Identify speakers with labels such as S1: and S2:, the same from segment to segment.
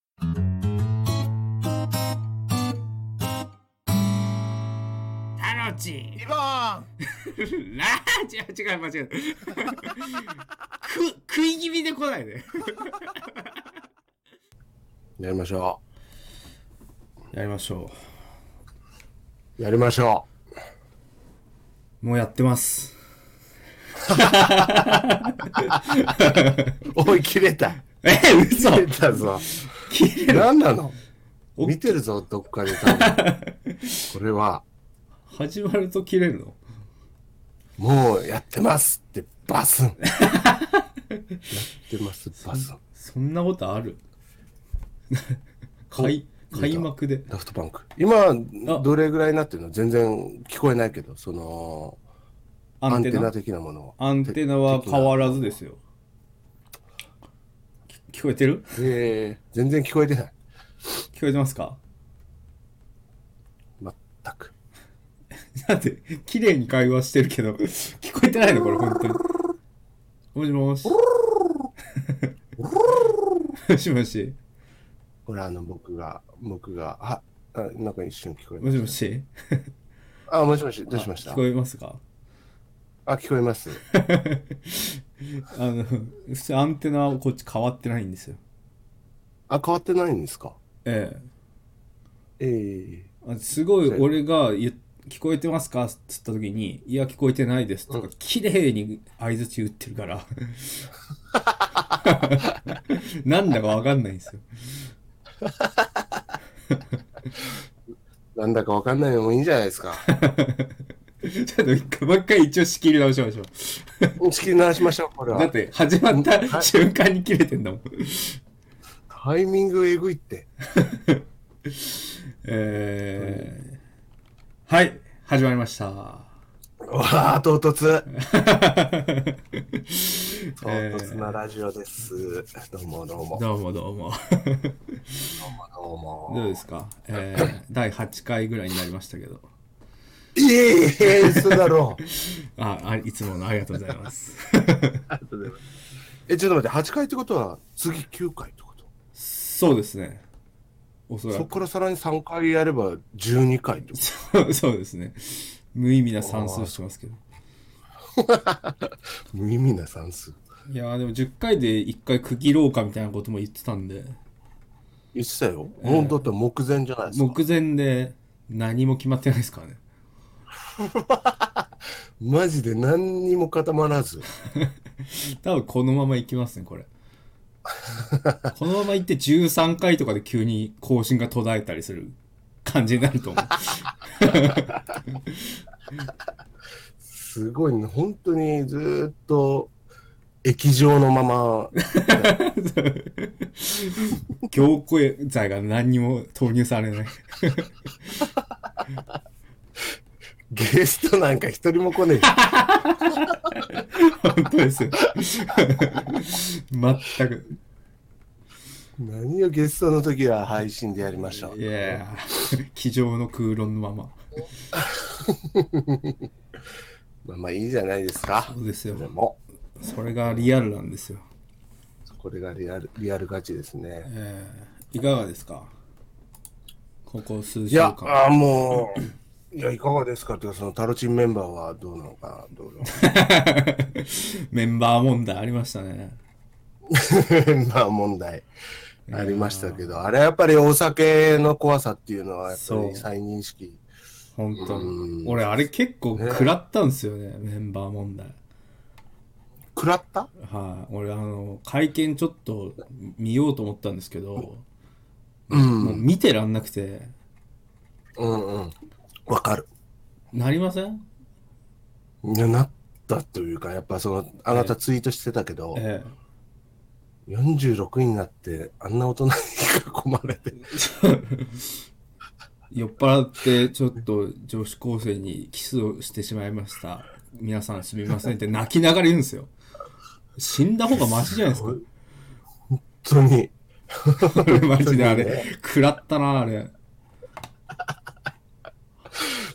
S1: ラジ
S2: リボーン
S1: ラージ違う間違えた く食い気味で来ないで
S3: やりましょ
S1: やりましょ
S3: う。やりましょ
S1: うもうやってます
S3: う。おい、切れた。
S1: え嘘
S3: 切れたぞ。
S1: 切れ
S3: 何なの
S1: お
S3: 見てるぞ、どっかに多分。これは、
S1: 始まると切れるの
S3: もうやってますって、バスン。やってます、バスン。
S1: そんなことある 開開幕で
S3: ダフトパンク。今、どれぐらいになってるの全然聞こえないけど、その、
S1: ア
S3: ア
S1: ン
S3: ン
S1: テ
S3: テ
S1: ナ
S3: ナ的なものは。
S1: アンテナは変わらずですよき聞こえてる
S3: えー、全然聞こえてない。
S1: 聞こえてますか
S3: 全く。
S1: だって綺麗に会話してるけど聞こえてないのこれ本当にもしもしもしもし
S3: ほら、あの、僕が、僕が、あ、あなんか一瞬聞こえま
S1: も
S3: し
S1: しもし
S3: た。あ、もしもし、どうしました
S1: 聞こえますか
S3: あ、聞こえます。
S1: あの普通アンテナはこっち変わってないんですよ
S3: あ、変わってないんですか
S1: ええ
S3: ええ
S1: あすごい俺が言っ聞こえてますかっつった時に「いや聞こえてないです」とか綺麗に相づち打ってるからなんだか分かんないんですよ
S3: なんだかわかんないのもいいんじゃない ですか。
S1: ちょっと一回もう一回一応仕切り直しましょう
S3: 仕切り直しましょう、これ
S1: だっ
S3: は。
S1: て始まった瞬間に切れてんだも ん
S3: タイミングえぐいって。
S1: えー、はい始まりました
S3: うわあ、唐突。唐
S1: え
S3: 突なラジオです。どうもどうも。ど
S1: どうもどうも
S3: う
S1: どう
S3: も。
S1: ですか、えー、第8回ぐらいになりましたけど
S3: いえいえ、嘘だろ う。
S1: ああいつものありがとうございます
S3: え、ちょっと待って、8回ってことは、次9回ってこと
S1: そうですね。おそら
S3: そこ
S1: く。
S3: からさらに3回やれば12回ってこ
S1: そうそうですね。無意味な算数してますけど。
S3: と無意味な算数。
S1: いやーでも10回で1回区切ろうかみたいなことも言ってたんで、
S3: 言ってたよ。もうだって目前じゃないですか。
S1: 目前で何も決まってないですからね。
S3: マジで何にも固まらず。
S1: 多分このままいきますね、これ。このままいって13回とかで急に更新が途絶えたりする感じになると思う。
S3: すごいね、本当にずーっと液状のまま、
S1: 凝固剤が何にも投入されない。
S3: ゲストなんか一人も来ね え。
S1: 本当ですよ。全く。
S3: 何をゲストの時は配信でやりましょ。
S1: いうやー、机上の空論のまま。
S3: まあまあいいじゃないですか。
S1: そうですよ
S3: で。も、
S1: それがリアルなんですよ。
S3: これがリアル、リアルガチですね。
S1: えー、いかがですかここ数
S3: い
S1: 週
S3: や、
S1: 間。
S3: あーもう、いや、いかがですかっていうか、そのタロチンメンバーはどうなのかな、どうなのか
S1: メンバー問題ありましたね。
S3: なメンバー問題。ありましたけど、あれはやっぱりお酒の怖さっていうのは、やっぱ
S1: そう
S3: り再認識。
S1: 本当
S3: う
S1: に。
S3: ん
S1: 俺、あれ結構食らったんですよね、メンバー問題。
S3: 食らった
S1: はい、俺、あの、会見ちょっと見ようと思ったんですけど、
S3: うん
S1: もう見てらんなくて、
S3: うんうん。わかる。
S1: なりません
S3: いやなったというか、やっぱその、あなたツイートしてたけど、
S1: ええ。
S3: 46になって、あんな大人に囲まれて、
S1: 酔っ払ってちょっと女子高生にキスをしてしまいました皆さんすみませんって泣きながら言うんですよ死んだ方がマシじゃないですか
S3: 本当に。
S1: 俺 マジであれ食らったなあれ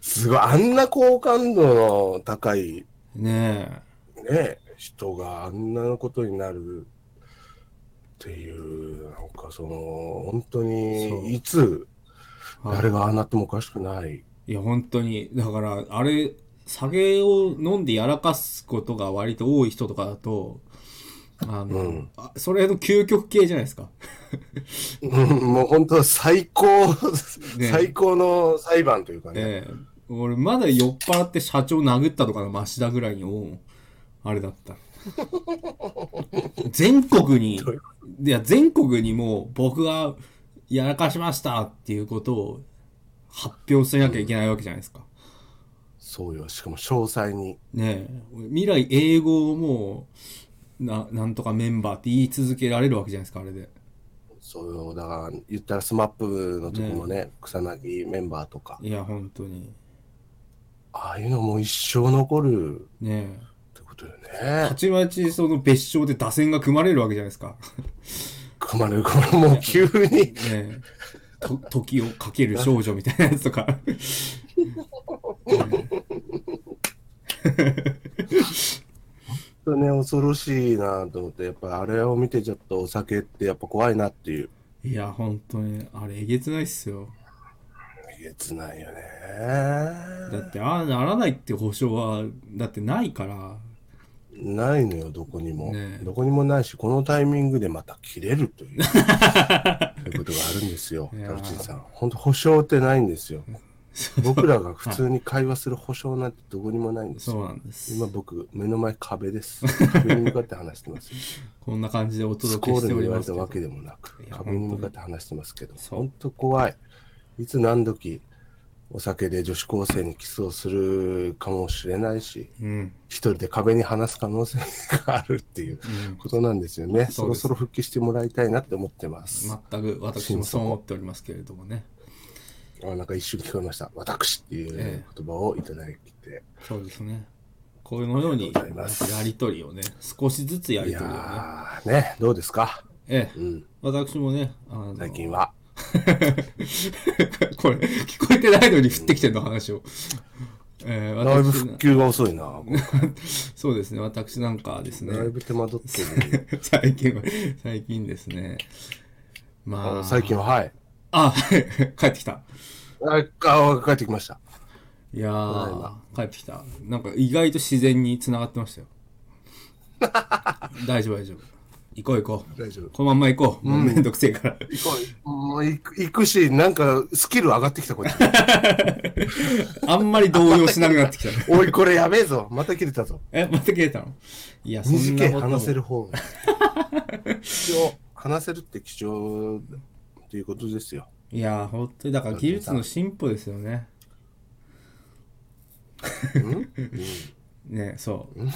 S3: すごい、あんな好感度の高い、
S1: ね
S3: ね、人があんなことになるっていう、なんかその、本当
S1: そう
S3: に、いつ、
S1: え、はい
S3: 誰がああなってもおかしくない
S1: いや本当にだからあれ酒を飲んでやらかすことが割と多い人とかだとあの、
S3: うん
S1: あそれの究極系じゃないですか
S3: うんもう本当最高、
S1: ね
S3: 最高の裁判というかね。
S1: ええ俺まだ酔っ払って社長殴ったとかのマシだぐらいのあれだった 全国に
S3: どういう
S1: いや全国にもう僕がやらかしましたっていうことを発表しなきゃいけないわけじゃないですか、
S3: そうよ。しかも詳細に。
S1: ねえ未来英語をもうななんとかメンバーって言い続けられるわけじゃないですかあれで
S3: そうよ。だから、言ったらスマップの時もね、草薙メンバーとか。
S1: いや本当に
S3: ああいうのも一生残る
S1: ねえ
S3: ってことよ
S1: た
S3: ね。
S1: ちまちその別称で打線が組まれるわけじゃないですか
S3: 困る、これもう急に。
S1: ねえと時をかける少女みたいなやつとか
S3: 本当ね、恐ろしいなと思って、やっぱあれを見てちょっとお酒ってやっぱ怖いなっていう。
S1: いや本当にあれえげつないっすよ
S3: えげつないよね。
S1: だってああならないって保証はだってないから
S3: ないのよ、どこにも、
S1: ねえ
S3: どこにもないし、このタイミングでまた切れる という。そういうことがあるんですよ、
S1: いや
S3: タ
S1: ー
S3: ルチンさん。本当保証ってないんですよ。 僕らが普通に会話する保証なんてどこにもないんですよ。
S1: そうなんです
S3: 今僕、目の前壁です。 壁に向かって話してますよ。
S1: こんな感じでお
S3: ス
S1: 届
S3: コ
S1: け
S3: ー
S1: し
S3: ル
S1: て
S3: に
S1: おり
S3: 言わ
S1: ま
S3: れ
S1: す
S3: た
S1: け
S3: わ
S1: ど
S3: けでもなく
S1: い、や
S3: 壁に向かって話してますけど、
S1: そう
S3: 本当怖い。いつ何時お酒で女子高生にキスをするかもしれないし、
S1: うん
S3: 一人で壁に話す可能性があるっていう
S1: うん
S3: ことなんですよね。
S1: す
S3: そろそろ復帰してもらいたいなって思ってます。
S1: 全く私もそう思っておりますけれどもね。
S3: あなんか一瞬聞こえました。私っていう言葉をいただいて、
S1: そうですね。このように
S3: ありがとうございます
S1: やりとりをね、少しずつや
S3: い
S1: りとりをね。
S3: やーね、どうですか
S1: ええ、
S3: うん、
S1: 私もね、あの
S3: 最近は。
S1: これ、聞こえてないのに降ってきてんの話を。ええ
S3: だいぶ
S1: 私な
S3: 復旧が遅いな。
S1: そうですね、私なんかはですね
S3: だ、いぶ手間取ってる。
S1: 最近は、最近ですね、まあ、
S3: あ最近は、はい。
S1: あ、帰ってきた。
S3: ああ、帰ってきました。
S1: いや
S3: ただい
S1: ー
S3: ま、
S1: 帰ってきた。なんか意外と自然に繋がってました よ。大丈夫、大丈夫。行こう行こう。
S3: 大丈夫。
S1: このまんま行こう。もうめんどくせえから。
S3: 行こう。もう行く行くし、なんかスキル上がってきた、こっ ち。
S1: あんまり動揺しなくなってき た。
S3: おい、これやべえぞ。また切れたぞ。
S1: え、また切れたのいや、そん
S3: 短
S1: ないことも
S3: 話せる 方が。貴重。話せるって貴重っていうことですよ。
S1: いや、本当に、だから技術の進歩ですよね。
S3: うん
S1: ね、そう。
S3: うん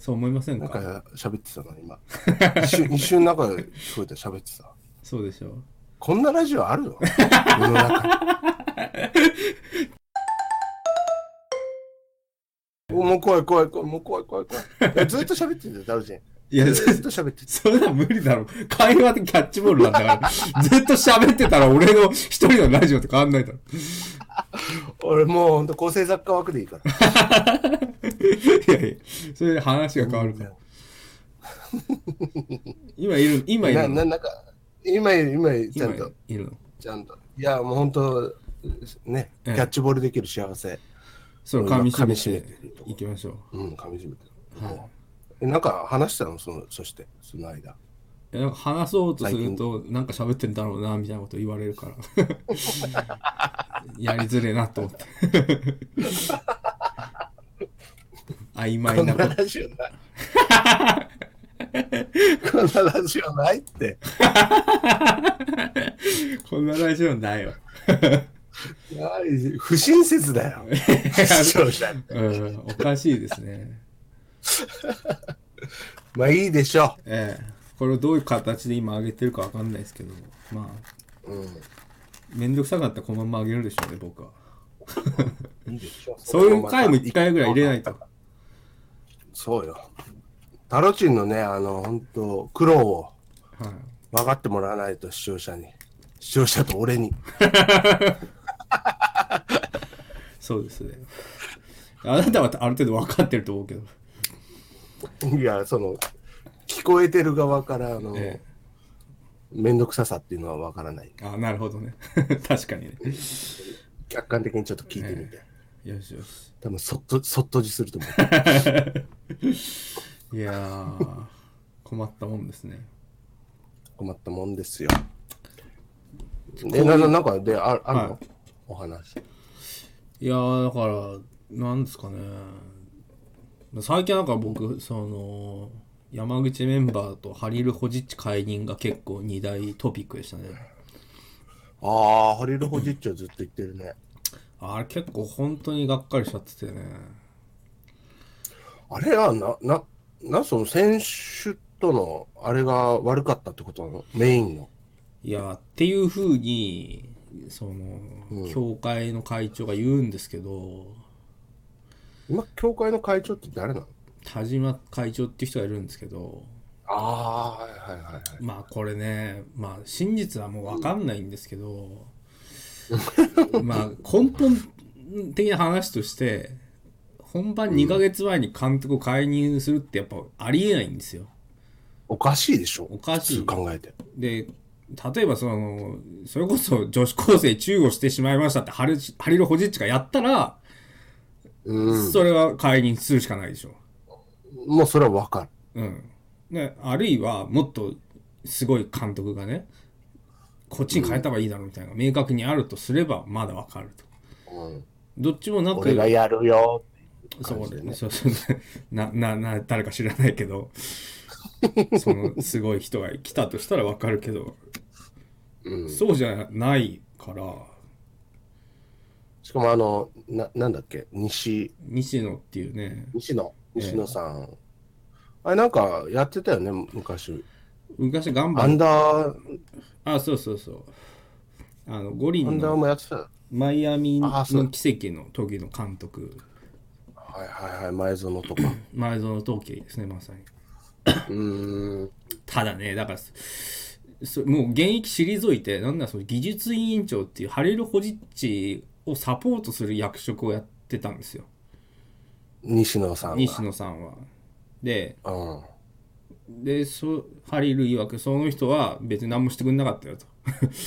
S1: そう思いません
S3: なん
S1: か
S3: か喋ってたな、今。 一瞬、一瞬なんか聞こえた、喋ってた。
S1: そうでしょう。
S3: こんなラジオあ るの世の中に。おもう怖い怖い怖い、もう怖い怖い怖いいや。ずっと喋ってんだよ、ダルジン。
S1: いや、
S3: ずっと喋って
S1: それは無理だろ。会話でキャッチボールなんだから。 ずっと喋ってたら俺の一人のラジオと変わんないだろ。
S3: 俺もうほんと構成作家枠でいいから。
S1: いやいや、それで話が変わるから。今いる、今い
S3: な
S1: る
S3: な
S1: の。
S3: なんか今いる今いるちゃ
S1: 今
S3: んと
S1: いるの。
S3: ちゃんといやもう本当ねキ
S1: ええ
S3: ャッチボールできる幸せ
S1: そう、
S3: 今
S1: 噛み締め
S3: 噛み締め
S1: て
S3: てるとこ
S1: いきましょう。
S3: うん噛み締めてる
S1: はい
S3: えなんか話したのそのそしてその間
S1: いやなんか話そうとすると、なんか喋ってんだろうな、みたいなこと言われる から。やりづれえなと思っ て。曖
S3: こ
S1: 昧
S3: んな
S1: なこと。
S3: ラジオないこんなラジオないって
S1: こんなラジオない わ。
S3: ない不親切だよ視 聴者って
S1: うん、おかしいですね。
S3: まあいいでしょ
S1: ええ。これをどういう形で今上げてるかわかんないですけど、まあ、
S3: う、う
S1: めんどくさかったらこのまま上げるでしょうね、僕は。
S3: ん、いいでしょ
S1: そういう回も1回ぐらい入れないと。
S3: そうよタロチンのねあの本当苦労を
S1: はい、
S3: 分かってもらわないと視聴者に視聴者と俺に
S1: そうですね。あなたはある程度分かってると思うけど。
S3: いやその聞こえてる側からあの、
S1: え
S3: 面倒くささっていうのは分からない
S1: え、あなるほどね。確かにね。
S3: 客観的にちょっと聞いてみて。
S1: よしよし。
S3: 多分そっと、そっとじすると思う。
S1: いやー、困ったもんですね。
S3: 困ったもんですよ。え、な、ななんか、で、ああるの、
S1: はい
S3: お話。
S1: いやー、だから、なんですかね。最近なんか僕、その、山口メンバーとハリル・ホジッチ解任が結構二大トピックでしたね。
S3: ああ、ハリル・ホジッチはずっと言ってるね。
S1: あれ結構本当にがっかりしちゃっててね。
S3: あれは、な、な、な、その選手との、あれが悪かったってことなのメインの。
S1: いやー、っていうふうに、その、
S3: うん
S1: 協会の会長が言うんですけど、
S3: 今、協会の会長って誰なの
S1: 田島会長っていう人がいるんですけど、
S3: ああ、はいはいはいはい。
S1: まあこれね、まあ真実はもうわかんないんですけど、 まあ根本的な話として、本番2ヶ月前に監督を解任するってやっぱありえないんですよ。
S3: おかしいでしょ。
S1: おかしい
S3: 普通考えて。
S1: で、例えばその、それこそ女子高生中をしてしまいましたってハリハリロ・ホジッチがやったら、
S3: うん。
S1: それは解任するしかないでしょ。
S3: もうそれはわかる。
S1: うん、ねあるいはもっとすごい監督がねこっちに変えた方がいいだろうみたいなのが明確にあるとすればまだわかると
S3: うん。
S1: どっちもなく
S3: 俺がやるよ。
S1: そう
S3: 感じでね
S1: そうそうななな誰か知らないけど そのすごい人が来たとしたらわかるけど、
S3: うん。
S1: そうじゃないから
S3: しかもあの、な、なんだっけ、西、
S1: 西野っていうね
S3: 西野、
S1: ええ
S3: 西野さん。あれなんかやってたよね、昔。
S1: 昔ガン
S3: ア
S1: バ
S3: ンダー、
S1: あそうそうそうあの五輪
S3: アンダー
S1: の
S3: もやってたよ。
S1: マイアミの
S3: あそう
S1: 奇跡の時の監督
S3: はいはいはい、前園とか。
S1: 前園陶器ですねまさに
S3: うーん。
S1: ただねだからそそもう現役退いてなんだその技術委員長っていうハリル・ホジッチをサポートする役職をやってたんですよ
S3: 西野さんが。
S1: 西野さんは。で
S3: うん。
S1: でそハリル曰くその人は別に何もしてくれなかったよと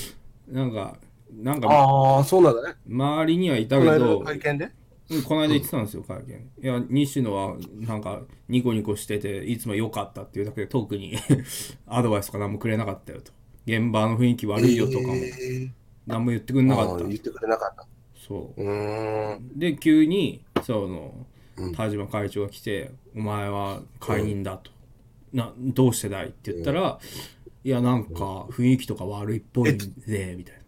S1: なんかなんか
S3: ああ、そうなんだね。
S1: 周りにはいた
S3: こ
S1: け
S3: の間
S1: ど
S3: の会見で。
S1: うんこの間言ってたんですよ会見いや西野はなんかニコニコしてていつも良かったっていうだけで特に アドバイスとか何もくれなかったよと現場の雰囲気悪いよとかも
S3: えー
S1: 何も言ってくれなかっ
S3: あ
S1: た
S3: ー言ってくれなかった。
S1: そう
S3: ーん。
S1: うで急にその
S3: うん
S1: 田島会長が来て「お前は解任だ」と「などうしてだい?」って言ったら「いやなんか雰囲気とか悪いっぽいんで」みたいな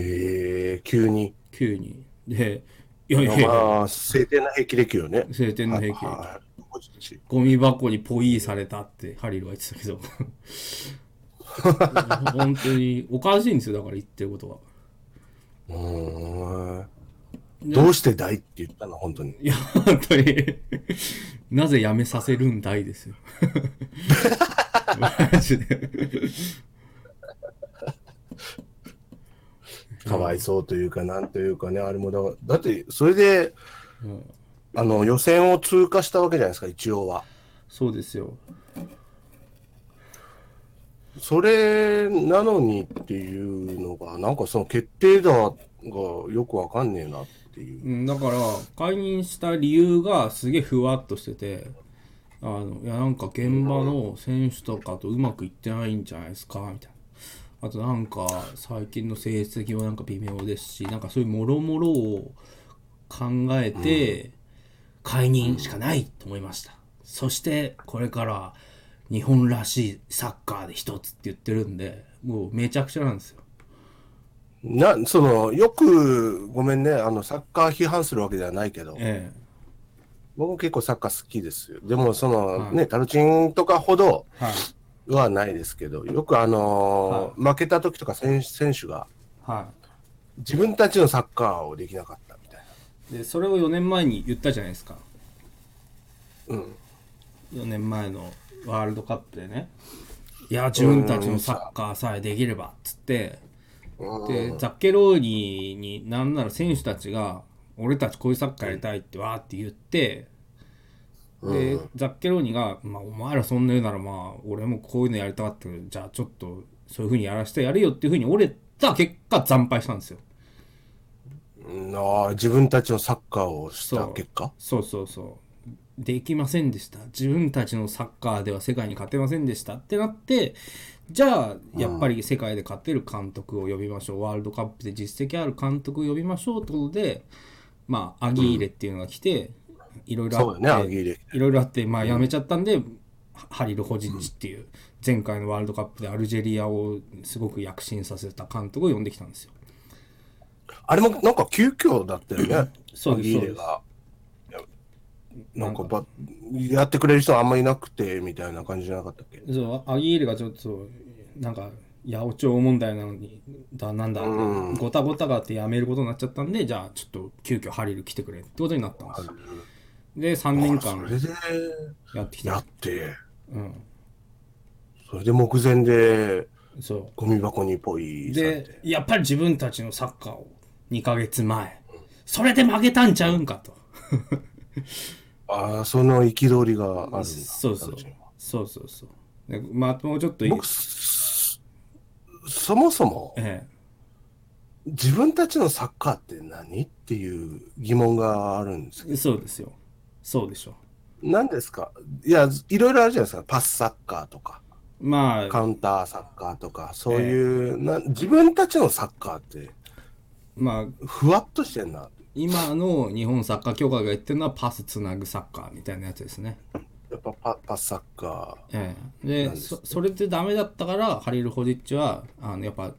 S3: へえ、急に。
S1: 急にで「いやいやいや
S3: まあ、晴天な霹靂よね。
S1: 晴天の平気」
S3: はい。こっち
S1: ゴミ箱にポイーされたってハリルは言ってたけど 本当におかしいんですよだから言ってることは
S3: うーん。どうしてだいって言ったの、本当に。
S1: いや本当になぜ辞めさせるんだいですよ マジで
S3: かわいそうというか、なんというかね、あれもだから、だって、それで、
S1: うん
S3: あの、予選を通過したわけじゃないですか、一応は。
S1: そうですよ
S3: それなのにっていうのが、なんかその決定打がよくわかんねえなっていう。
S1: うんだから解任した理由がすげえふわっとしててあのいやなんか現場の選手とかとうまくいってないんじゃないですかみたいなあとなんか最近の成績はなんか微妙ですしなんかそういうもろもろを考えて解任しかないと思いました、そしてこれから日本らしいサッカーで一つって言ってるんでもうめちゃくちゃなんですよ
S3: な、その、よく、ごめんね、あの、サッカー批判するわけではないけど、
S1: え
S3: 僕も結構サッカー好きですよ。でも、そ
S1: は
S3: の、
S1: い
S3: ね、タルチンとかほど
S1: えはい
S3: はないですけど、よくあのー負けた時とか選手選手が、
S1: はい
S3: 自分たちのサッカーをできなかったみたい
S1: でそれを4年前に言ったじゃないですか
S3: な。うん。
S1: 4年前のワールドカップでねいや自分たちのサッカーさえできればっつってでザッケローニになんなら選手たちが俺たちこういうサッカーやりたいってわーって言ってでザッケローニが「まあ、お前らそんな言うならまあ俺もこういうのやりたかったけどじゃあちょっとそういう風にやらせてやるよ」っていう風に折れた結果惨敗したんですよ。
S3: ああ、自分たちのサッカーをした
S1: そう
S3: 結果
S1: そうそうそうできませんでした自分たちのサッカーでは世界に勝てませんでしたってなってじゃあやっぱり世界で勝てる監督を呼びましょう、ワールドカップで実績ある監督を呼びましょうってことでまあアギーレっていうのが来て、いろいろ
S3: そう
S1: あ
S3: だ
S1: っ
S3: ね、ア
S1: て、
S3: ギーレ。
S1: いろいろあってまあやめちゃったんで、ハリル・ホジッチっていう前回のワールドカップでアルジェリアをすごく躍進させた監督を呼んできたんですよ。
S3: あれもなんか急遽だったよね、
S1: そう
S3: ア
S1: です
S3: ギーレが。なんかば、やってくれる人あんまいなくて、みたいな感じじゃなかったっけ
S1: そうアギーレがちょっとなんか八百長問題なのにだなんだ、
S3: うん
S1: ごたごたがあってやめることになっちゃったんでじゃあちょっと急遽ハリル来てくれってことになったんですよで3年
S3: そ
S1: 間
S3: れで、
S1: やってき
S3: や
S1: た
S3: って、
S1: うん
S3: それで目前で、
S1: そ
S3: ゴミ箱にポイ
S1: う
S3: され
S1: で
S3: て。
S1: やっぱり自分たちのサッカーを2ヶ月前それで負けたんちゃうんかと
S3: ああ、その憤りがあるんだ。
S1: そうそう
S3: 楽しみ
S1: そうそうそうでまあもうちょっといい
S3: 僕、そそもそも、
S1: え
S3: 自分たちのサッカーって何っていう疑問があるんですけ
S1: えそうですよそうでしょ
S3: ど、何ですかいや、いろいろあるじゃないですか。パスサッカーとか、
S1: まあ
S3: カウンターサッカーとか、そういう、な自分たちのサッカーって、
S1: まあ
S3: ふわっとしてんな。
S1: 今の日本サッカー協会が言ってるのはパスつなぐサッカーみたいなやつですね。
S3: やっぱパパスサッカ
S1: ええ、でそそれでダメだったからハリル・ホジッチはあのやっぱ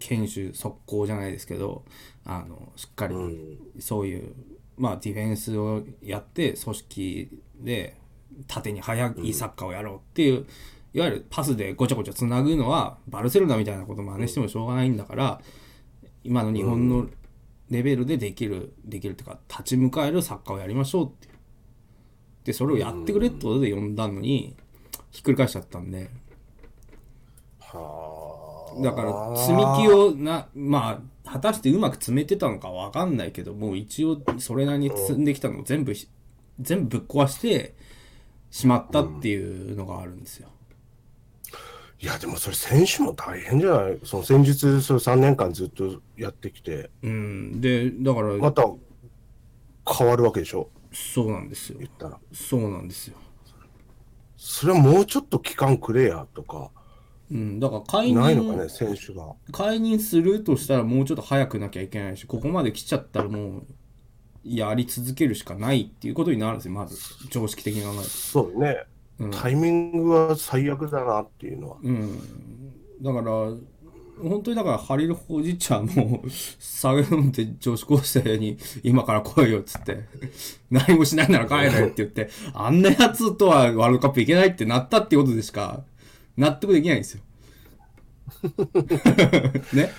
S1: 堅守速攻じゃないですけどあのしっかりそういう、まあ、ディフェンスをやって組織で縦に速いサッカーをやろうっていう、いわゆるパスでごちゃごちゃつなぐのはバルセロナみたいなこと真似してもしょうがないんだから今の日本のレベルでできるできるっていうか立ち向かえるサッカーをやりましょうっていうでそれをやってくれってことで呼んだのにひっくり返しちゃったんで。
S3: ー。はあ
S1: だから積み木をなまあ果たしてうまく積めてたのかわかんないけどもう一応それなりに積んできたのを全部ひ全部ぶっ壊してしまったっていうのがあるんですよ。
S3: いや、でもそれ選手も大変じゃないその先日、それ3年間ずっとやってきて、
S1: うん、でだから、
S3: また変わるわけでしょ
S1: そうなんですよ
S3: 言ったら。
S1: そうなんですよ。
S3: それはもうちょっと期間くれやとか、
S1: うん、だから解
S3: ないの
S1: 任、
S3: かね、選手が。
S1: 解任するとしたらもうちょっと早くなきゃいけないしここまで来ちゃったらもうやり続けるしかないっていうことになるんですよまず常識的な話。
S3: そうね、
S1: うん
S3: タイミングは最悪だなっていうのは。
S1: うん、だから本当にだからハリル・ホジッチはもう酒飲んで女子高生に「今から来いよ」っつって「何もしないなら帰れ」って言ってあんなやつとはワールドカップ行けないってなったってことでしか納得できないんですよ。ね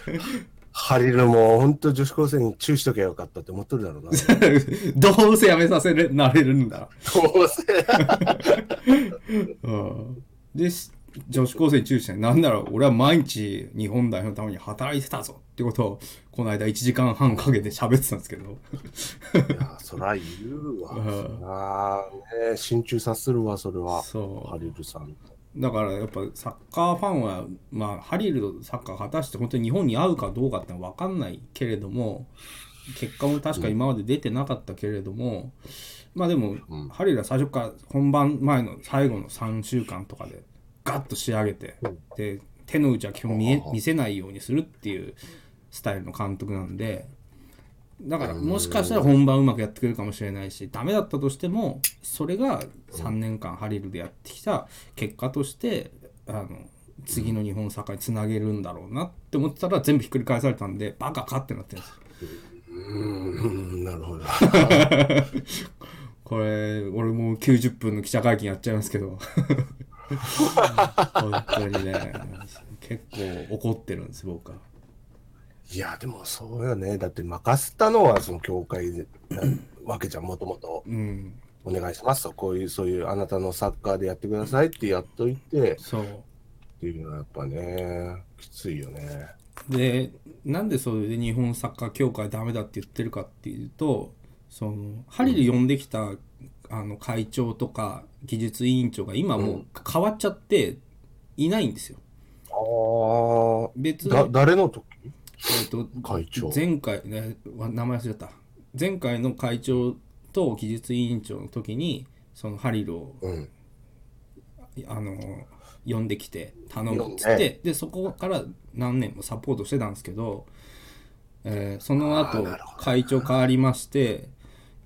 S3: ハリルも本当女子高生に注意しとけばよかったって思っとるだろうな。
S1: どうせやめさせられるんだ。
S3: どうせ。
S1: うん、でし女子高生に注意してなんなら俺は毎日日本代表のために働いてたぞってことをこの間1時間半かけて喋ってたんですけど
S3: いや、そら言うわ。
S1: うん
S3: そらね、心中察するわ、それは。
S1: そ
S3: ハリルさん。
S1: うだからやっぱサッカーファンは、まあ、ハリルのサッカーが果たして本当に日本に合うかどうかってのは分かんないけれども結果も確か今まで出てなかったけれども、まあでも、ハリルは最初から本番前の最後の3週間とかでガッと仕上げて、で手の内は基本見え見せないようにするっていうスタイルの監督なんでだからもしかしたら本番うまくやってくれるかもしれないしダメだったとしてもそれが3年間ハリルでやってきた結果としてあの次の日本サッカーにつなげるんだろうなって思ってたら全部ひっくり返されたんでバカかってなってるんですよ。
S3: うん、なるほど。
S1: これ俺もう90分の記者会見やっちゃいますけど 本当にね結構怒ってるんです僕は。
S3: いや、でもそうよね。だって任せたのは、その協会で、なわけじゃん、もともと。
S1: うん
S3: お願いしますと、こういう、そういう、あなたのサッカーでやってくださいってやっといて、
S1: そう
S3: っていうのはやっぱね、きついよね。
S1: でなんでそれで日本サッカー協会ダメだって言ってるかっていうとそのハリル呼んできた、あの会長とか技術委員長が今もう変わっちゃっていないんですよ。
S3: ああ、
S1: 別
S3: だ
S1: の
S3: 誰の時
S1: えっと、
S3: 会長。
S1: 前回、ね、わ名前忘れちゃった前回の会長と技術委員長の時にそのハリルを
S3: うん。
S1: あの呼んできて頼むっつ
S3: 呼
S1: っ
S3: ん
S1: てでそこから何年もサポートしてたんですけど、えーその
S3: あ
S1: 後
S3: ーなるほ
S1: 会長変わりまして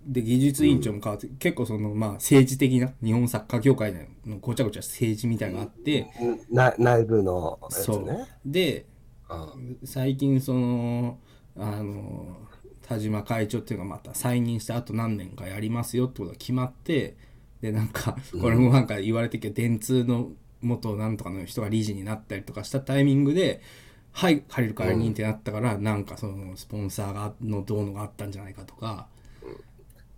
S1: で技術委員長も変わって、結構そのまあ政治的な日本サッカー協会のごちゃごちゃした政治みたいなのがあって、
S3: な内部のやつ
S1: そう
S3: ね。
S1: で
S3: うん
S1: 最近そのあの田島会長っていうのがまた再任してあと何年かやりますよってことが決まってでなんかこれもなんか言われてきて電通の元なんとかの人が理事になったりとかしたタイミングで「はい借りる代わりに」ってなったから、なんかそのスポンサーがのどうのがあったんじゃないかとか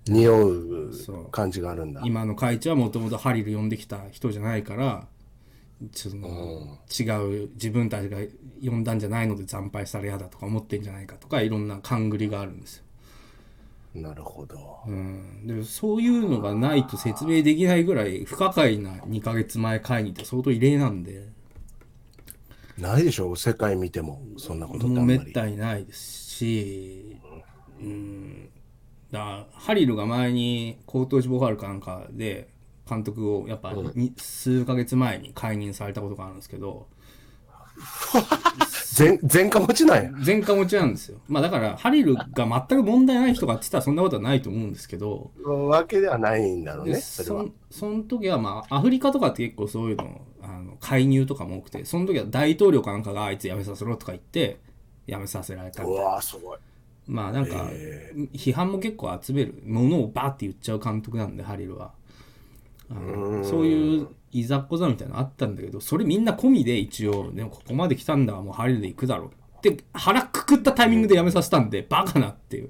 S3: 匂う
S1: そう
S3: 感じがあるんだ。
S1: 今の会長はもともとハリル呼んできた人じゃないからちょっと違う自分たちが呼んだんじゃないので惨敗したら嫌だとか思ってんじゃないかとかいろんな勘繰りがあるんですよ。
S3: なるほど。
S1: うん、でそういうのがないと説明できないぐらい不可解な2ヶ月前会議って相当異例なんで
S3: ないでしょ世界見ても、そんなことって
S1: も
S3: あ
S1: うん
S3: ま
S1: め
S3: り。
S1: ったにないですし、うん、だからハリルが前に高等ジボワールかなんかで監督をやっぱに数ヶ月前に解任されたことがあるんですけど
S3: 全、全科持ちなんや。
S1: 前科持ちなんですよまあだからハリルが全く問題ない人かって言ったらそんなことはないと思うんですけど
S3: わけではないんだろう
S1: で
S3: ね、それ
S1: そ
S3: は。
S1: んその時はまあアフリカとかって結構そういうのあの介入とかも多くてその時は大統領かなんかがあいつ辞めさせろとか言って辞めさせられた
S3: うわぁ、すごい。
S1: まあなんか批判も結構集めるものをバーって言っちゃう監督なんでハリルはあのそういういざこざみたいなのあったんだけどそれみんな込みで一応でもここまで来たんだからもうハリルで行くだろうって腹くくったタイミングで辞めさせたんでバカなって いう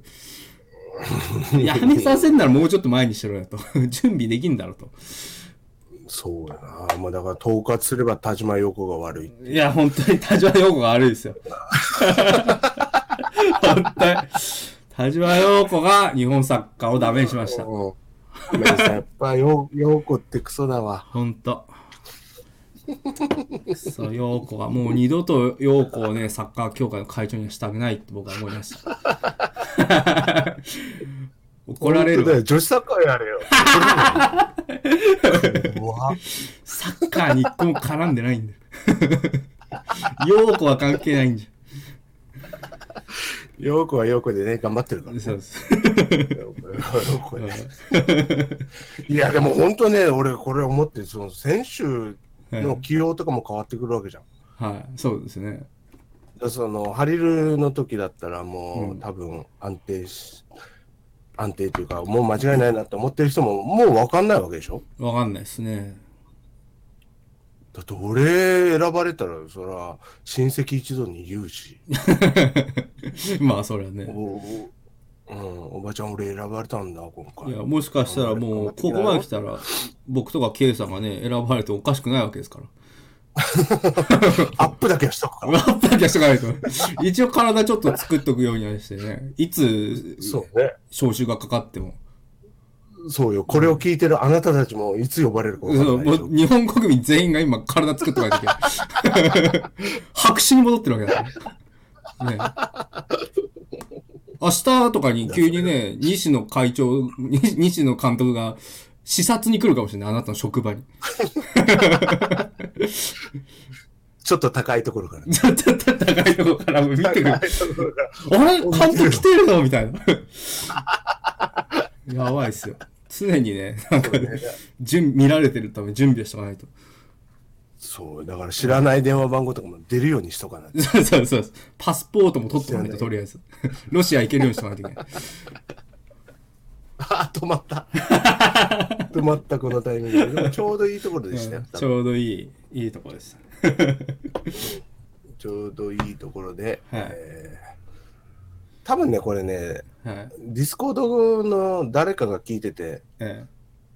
S1: 辞めさせんならもうちょっと前にしろよと 準備できんだろうと
S3: そうやな。まあだから統括すれば田島陽子が悪い。
S1: いや、本当に田島陽子が悪いですよ。 本当に。田島陽子が日本サッカーをダメにしました。
S3: うん。ごめんなさいやっぱ陽陽子ってクソだわ。
S1: 本当。そう、陽子が、もう二度と陽子をね、サッカー協会の会長にはしたくないって僕は思いました。 怒られ
S3: 本当だ
S1: る。
S3: よ女子サッカーやれよ。 うわ
S1: サッカーに一個も絡んでないんだよ。 陽子は関係ないんじ
S3: 陽子は陽子でね、頑張ってるか
S1: ゃ
S3: ら
S1: ん。
S3: ね。
S1: そうです。
S3: 陽子は陽子でいや、でも本当ね、俺これ思って、その選手の起用とかも変わってくるわけじゃん。
S1: はい、そうですね。
S3: だからそのハリルの時だったらもう、
S1: うん
S3: 多分安定し安定というかもう間違いないなって思ってる人ももう分かんないわけでしょ
S1: わかんないですね。
S3: だって俺選ばれたらそら親戚一同に言 うし
S1: まあそれは
S3: お
S1: ね
S3: お,、うん、おばちゃん俺選ばれたんだ今
S1: い
S3: 回
S1: やもしかしたらもうここまで来たら僕とか K さんがね選ばれておかしくないわけですから
S3: アップだけはしとくから
S1: やっぱりしとかないと一応体ちょっと作っとくようにはしてねいつ
S3: そうね
S1: 招集がかかっても
S3: そうよこれを聞いてるあなたたちもいつ呼ばれるか分か
S1: そうん
S3: ない
S1: も
S3: でしょ
S1: う日本国民全員が今体作っとかないといけない 白紙に戻ってるわけだからね明日とかに急にね西野会長に西野監督が視察に来るかもしれないあなたの職場に
S3: ちょっと高いところから、
S1: ちょっと高いとこから見てくる。あ
S3: 高いところから
S1: れ監督来てるのみたい な。やばいっすよ。常にね、なんか、準見られてるために準備をしとかないと。
S3: そうだから知らない電話番号とかも出るようにしとかない
S1: そうそうそうそう。パスポートも取っておかないと、とりあえず。 ロシア行けるようにしとかないといけない。
S3: あ、止まった。止まった、このタイミングで。でもちょうどいいところでしたよ。
S1: ちょうどいい、いいとこです。
S3: ちょうどいいところで。
S1: はい
S3: えー多分ね、これね、
S1: はい。
S3: ディスコードの誰かが聞いてて、
S1: え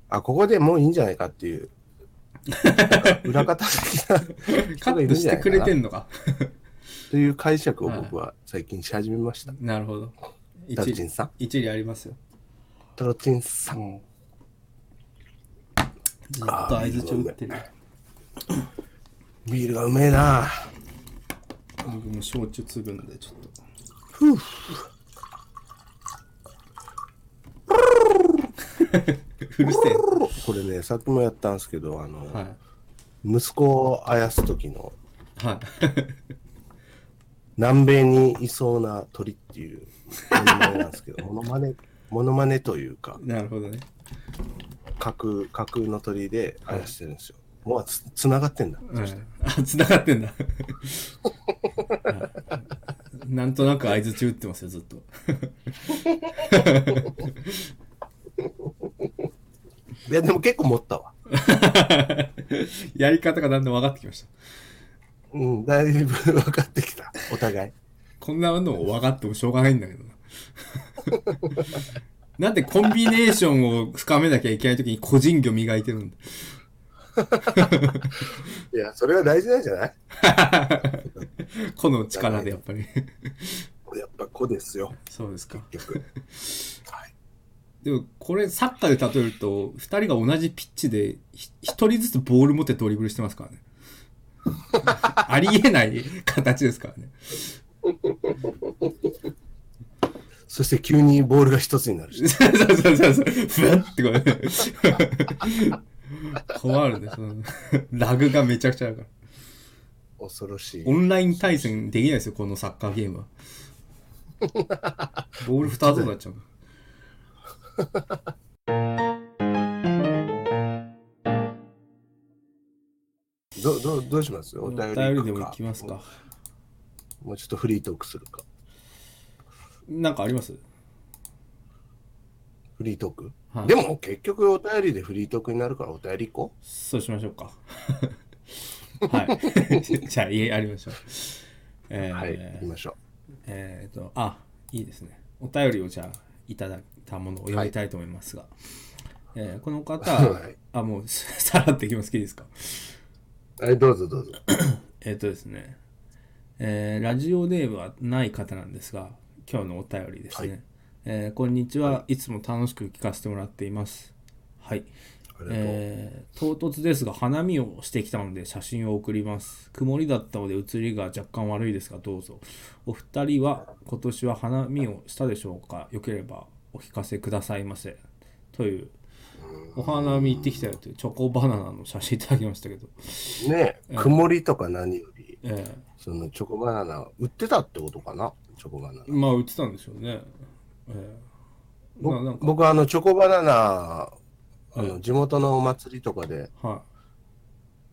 S3: あ、ここでもういいんじゃないかっていう、なんか裏方的な
S1: え、 カ
S3: 人がい
S1: ッ
S3: る
S1: ト
S3: ん
S1: し
S3: じ
S1: て
S3: ゃないか
S1: くれ
S3: な
S1: てんのか。
S3: という解釈を僕は最近し始めました。
S1: なるほど。
S3: タロチ
S1: 一
S3: ン
S1: 理
S3: さん。
S1: 一理ありますよ。
S3: タロチンさん。
S1: ずっと相づちを打ってる。
S3: ビールがうめえな。
S1: 僕も焼酎つぐんでちょっとふうるせ
S3: これね、さっきもやったんですけど、あの、
S1: えは
S3: 息子をあやす時の
S1: いはい
S3: 南米にいそうな鳥っていう モノマネなんですけど、モノマネ、モノマネというか、
S1: なるほどね
S3: 架空、架空の鳥であやしてるんですよ。もうつ、つながってんだ。
S1: はいあ繋がってんだ はいなんとなく相づち打ってますよずっと
S3: いや、でも結構持ったわ。
S1: やり方がだんだん分かってきました
S3: うん、だいぶ分かってきた。お互い。
S1: こんなのを分かってもしょうがないんだけどな なんでコンビネーションを深めなきゃいけない時に個人魚磨いてるんだ
S3: いや、それが大事なんじゃない
S1: 個の力でやっぱり
S3: やっぱ子ですよ、
S1: そうですか
S3: 結局。はい。
S1: でもこれサッカーで例えると2人が同じピッチでひ1人ずつボール持ってドリブルしてますからねありえない形ですからね
S3: そして急にボールが一つになるし。
S1: そうそうそうそう。ふわってこう。困るね、その。ラグがめちゃくちゃあるから。
S3: 恐ろしい。
S1: オンライン対戦できないですよ、このサッカーゲームは。ボール2つになっちゃう。
S3: どどどうしますお
S1: お
S3: 便り
S1: 便
S3: 行
S1: り
S3: く
S1: でもいきますか。
S3: もうちょっとフリートークするか。
S1: なんかあります
S3: フリートーク、
S1: はい
S3: でも結局お便りでフリートークになるからお便り行こ
S1: そうしましょう か。はい。 じゃあ、いえ、やりましょう。え
S3: う。
S1: ー
S3: はい、行きましょ
S1: えー、と、あ、いいですね。お便りをじゃあ、いただいたものを読みたいと思いますが、えーこの方、
S3: はい
S1: あ、もう、さらっていきます。いいですか。
S3: う。はい、どうぞどうぞ。
S1: えっ、とですね、えーラジオネームはない方なんですが、今日のお便りですね。
S3: は
S1: えーこんにちは、い、つも楽しく聞かせてもらっています。はい。
S3: ありがとう。
S1: えー唐突ですが、花見をしてきたので写真を送ります。曇りだったので写りが若干悪いですが、どうぞ。お二人は今年は花見をしたでしょうかよければお聞かせくださいませ。という、お花見行ってきたよというチョコバナナの写真いただきましたけど、
S3: ねえ、曇りとか何より、
S1: えー
S3: そのチョコバナナ売ってたってことかな、チョコバナナ。
S1: まあ売ってたんでしょうね。ええまあなんか、
S3: 僕あのチョコバナナ、あの地元のお祭りとかで、
S1: は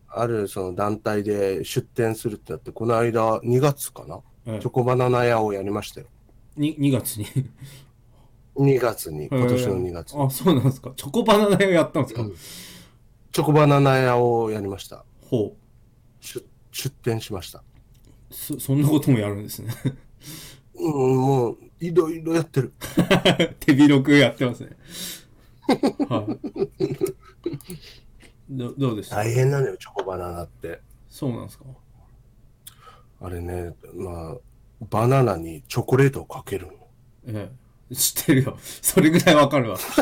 S3: あるその団体で出店するってなって、この間2月かな、
S1: ええ
S3: チョコバナナ屋をやりましたよ。
S1: い。に2月に。
S3: 2月に、 今年の2 月。
S1: あ、そうなんですか。チョコバナナ屋やったんですか。
S3: チョコバナナ屋をやりました。
S1: ほ
S3: 出出店しました。
S1: う。そそんなこともやるんですね。
S3: うん、もう、いろいろやってる。
S1: 手広くやってます ね。はい。どどうでした、
S3: 大変なのよ、チョコバナナって。
S1: そうなんですか。
S3: あれね、まあ、バナナにチョコレートをかけるの。
S1: ええ、知ってるよ。それぐらいわか るわ。そ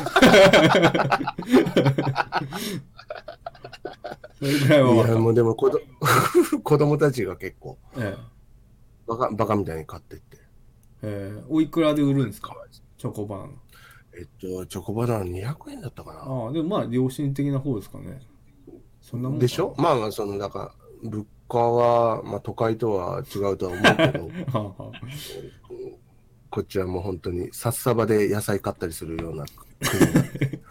S1: れぐらいはいわか
S3: や、
S1: る。
S3: もうでも子ど、 子供たちが結構、
S1: ええ
S3: バカ、バカみたいに買ってって。
S1: ええおいくらで売るんですかチョコバナナ。
S3: えっと、チョコバナナ200円だったかな。
S1: ああ、でもまあ、良心的な方ですかね。そんなもんか
S3: でしょまあまあ、その、なんか、物価は、まあ、都会とは違うとは思う け ど、
S1: はあはあ
S3: こっちはもう本当に、札束で野菜買ったりするような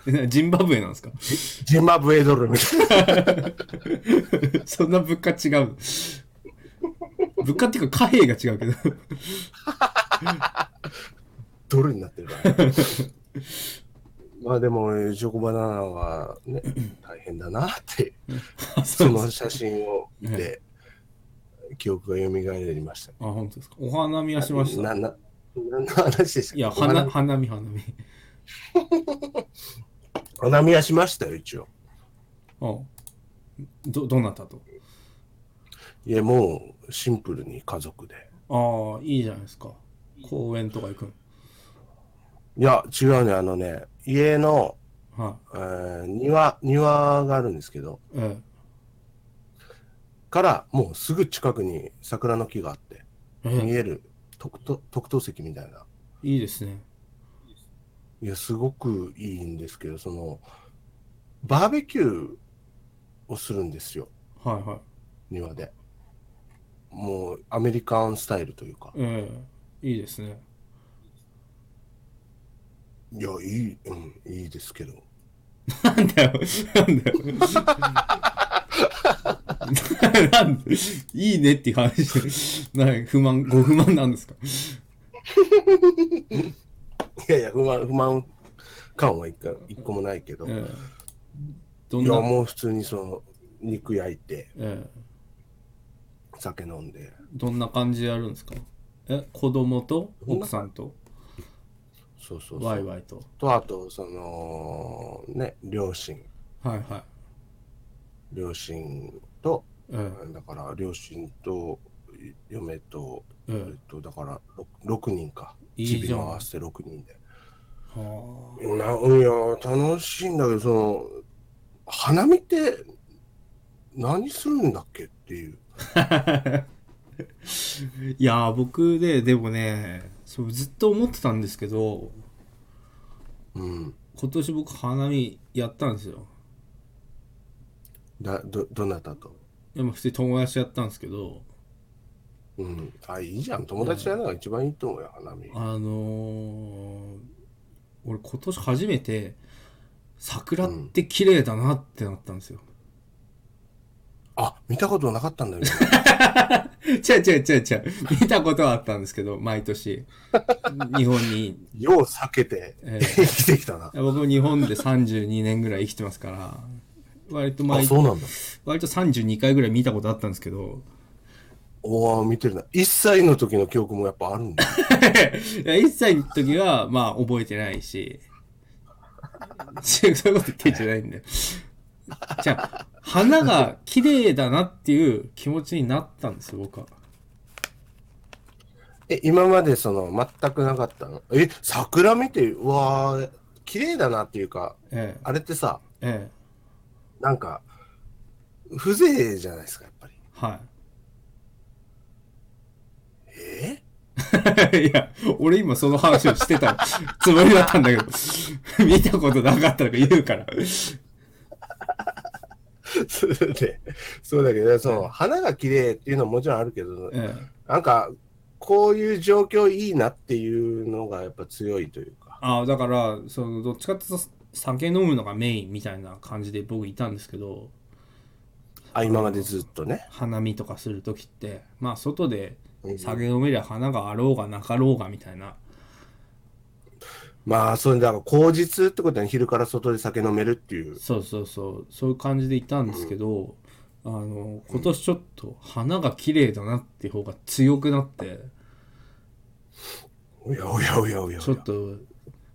S3: 国、
S1: えジンバブエなんですか
S3: ジンバブエドルみたいな。
S1: そんな物価違う。物価っていうか貨幣が違うけど。
S3: ドルになってるから。 まあでも、チョコバナナはね、大変だなって、
S1: あそ
S3: そ
S1: うです
S3: の写真を見て、記憶が蘇りました。
S1: あ、本当ですか。お花見はしました。
S3: な、な、何の話でしたっけ
S1: いや、
S3: お花
S1: 花、花見、花見。
S3: 花見はしましたよ、一応。
S1: うん。ど、どなたと。
S3: いや、もう、シンプルに家族で。
S1: ああ、いいじゃないですか。公園とか行くん。
S3: いや、違うね、あのね、家の、
S1: は
S3: えー庭、庭があるんですけど、
S1: い。ええ
S3: から、もうすぐ近くに桜の木があって、見える特等特等席みたいな。
S1: いいですね。
S3: いや、すごくいいんですけど、その、バーベキューをするんですよ、
S1: はいはい。
S3: 庭で。もう、アメリカンスタイルというか。
S1: ええいいですね。
S3: いや、いい、うん、いいですけど。
S1: なんだよ。なんだよ。なんでいいねっていう話で、なんか不満、ご不満なんですか
S3: いやいや、不満、不満感は一個一個もないけど。いや、
S1: ええどんな、
S3: もう普通にその、肉焼いて、
S1: ええ
S3: 酒飲んで。
S1: どんな感じでやるんですかえ、子供と奥さんと
S3: そうそうそ
S1: ワイ
S3: う。
S1: ワイと。
S3: と、あと、その、ね、両親。
S1: はいはい。
S3: 両親と、
S1: え
S3: だから、両親と、い嫁と、
S1: え
S3: えっ
S1: え
S3: と、だから6人か。
S1: いいじゃん
S3: ちびも合わせて6人で。
S1: えはあ
S3: な、いや、楽しいんだけど、その、花見って何するんだっけっていう。
S1: いやー僕ねでもねそうずっと思ってたんですけど
S3: うん。
S1: 今年僕花見やったんですよ
S3: だ、ど、どなたと。
S1: でも普通に友達とやったんですけど
S3: うん。あ、いいじゃん。友達やるのが一番いいと思うよ、花見。
S1: あのー、俺今年初めて桜って綺麗だなってなったんですよ、
S3: あ、見たことなかったんだよ。
S1: 違う違う違う違う見たことはあったんですけど毎年日本に、
S3: 今よう避けて
S1: え
S3: 生きてきたな。
S1: ー僕も日本で32年ぐらい生きてますから割と
S3: あ、
S1: 毎
S3: そうなんだ。
S1: 割と32回ぐらい見たことあったんですけど
S3: おお見てるな。1歳の時の記憶もやっぱあるんだ。
S1: いや1歳の時はまあ覚えてないし そういうこと言ってんじゃないんだよじゃあ花が綺麗だなっていう気持ちになったんですよ僕は
S3: え、今までその、全くなかったのえ、桜見て、うわー、綺麗だなっていうか、
S1: ええ
S3: あれってさ、
S1: ええ
S3: なんか、風情じゃないですか、やっぱり。
S1: は
S3: え
S1: いいや俺今その話をしてた つもりだったんだけど 見たことなかったとか言うから
S3: それで、そうだけど、その、花が綺麗っていうのももちろんあるけど、
S1: ええ
S3: なんか、こういう状況いいなっていうのがやっぱ強いというか。
S1: ああだからそのどっちかっていうと酒飲むのがメインみたいな感じで僕いたんですけど
S3: あ、今までずっとね。
S1: 花見とかする時ってまあ外で
S3: うん
S1: 酒飲めりゃ花があろうがなかろうがみたいな
S3: まあ、それだから、口実ってことは昼から外で酒飲めるっていう。
S1: そうそうそうそういう感じでいたんですけど、あの今年ちょっと花が綺麗だなっていう方が強くなって
S3: おやおやおやおや
S1: ち
S3: お
S1: ょ
S3: や
S1: っ。と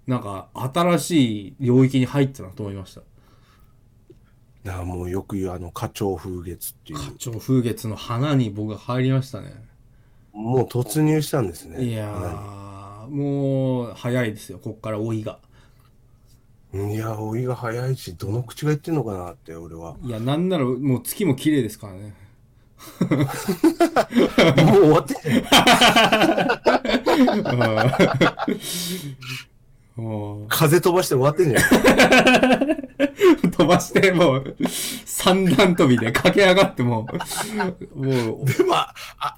S1: なんか新しい領域に入ったなと思いました
S3: だからもうよく言う、あの、花鳥風月っていう。
S1: 花鳥風月の花に僕は入りましたね
S3: もう突入したんですね。
S1: いやーもう早いですよこっから老いが
S3: いや、老いが早いし、どの口が言ってんのかなって、俺は。
S1: いやなんならもう月も綺麗ですからね
S3: もう終わってんじゃん
S1: もう
S3: 風飛ばして終わってんじゃん。
S1: 飛ばして、もう、三段跳びで駆け上がってもう、もう、
S3: でも、あ、あ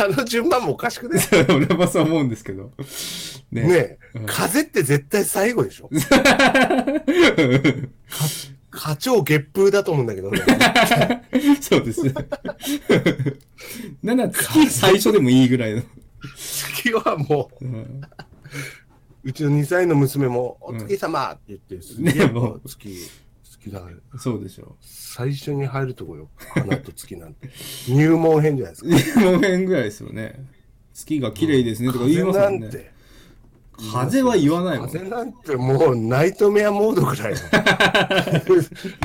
S3: あの順番もおかしくね。
S1: 俺もそう思うんですけど。ね。
S3: ねえ、風って絶対最後で しょ。課長月風だと思うんだけどね。
S1: そうです。なんなら月最初でもいいぐらいの。
S3: 月はもう、
S1: うん
S3: うちの2歳の娘も、
S1: う
S3: お
S1: ん
S3: 月様って言って、す
S1: ねえ
S3: げえ
S1: も
S3: も
S1: う
S3: う月、月だから、
S1: そうでしょ
S3: 最初に入るとこよ。花と月なんて。入門編じゃないです
S1: う。
S3: か。
S1: 入門編ぐらいですよね。月が綺麗ですねとか言いますもん
S3: 風なん
S1: ね。
S3: て。
S1: 風は言わないもん。
S3: 風なんてもうナイトメアモード ぐらい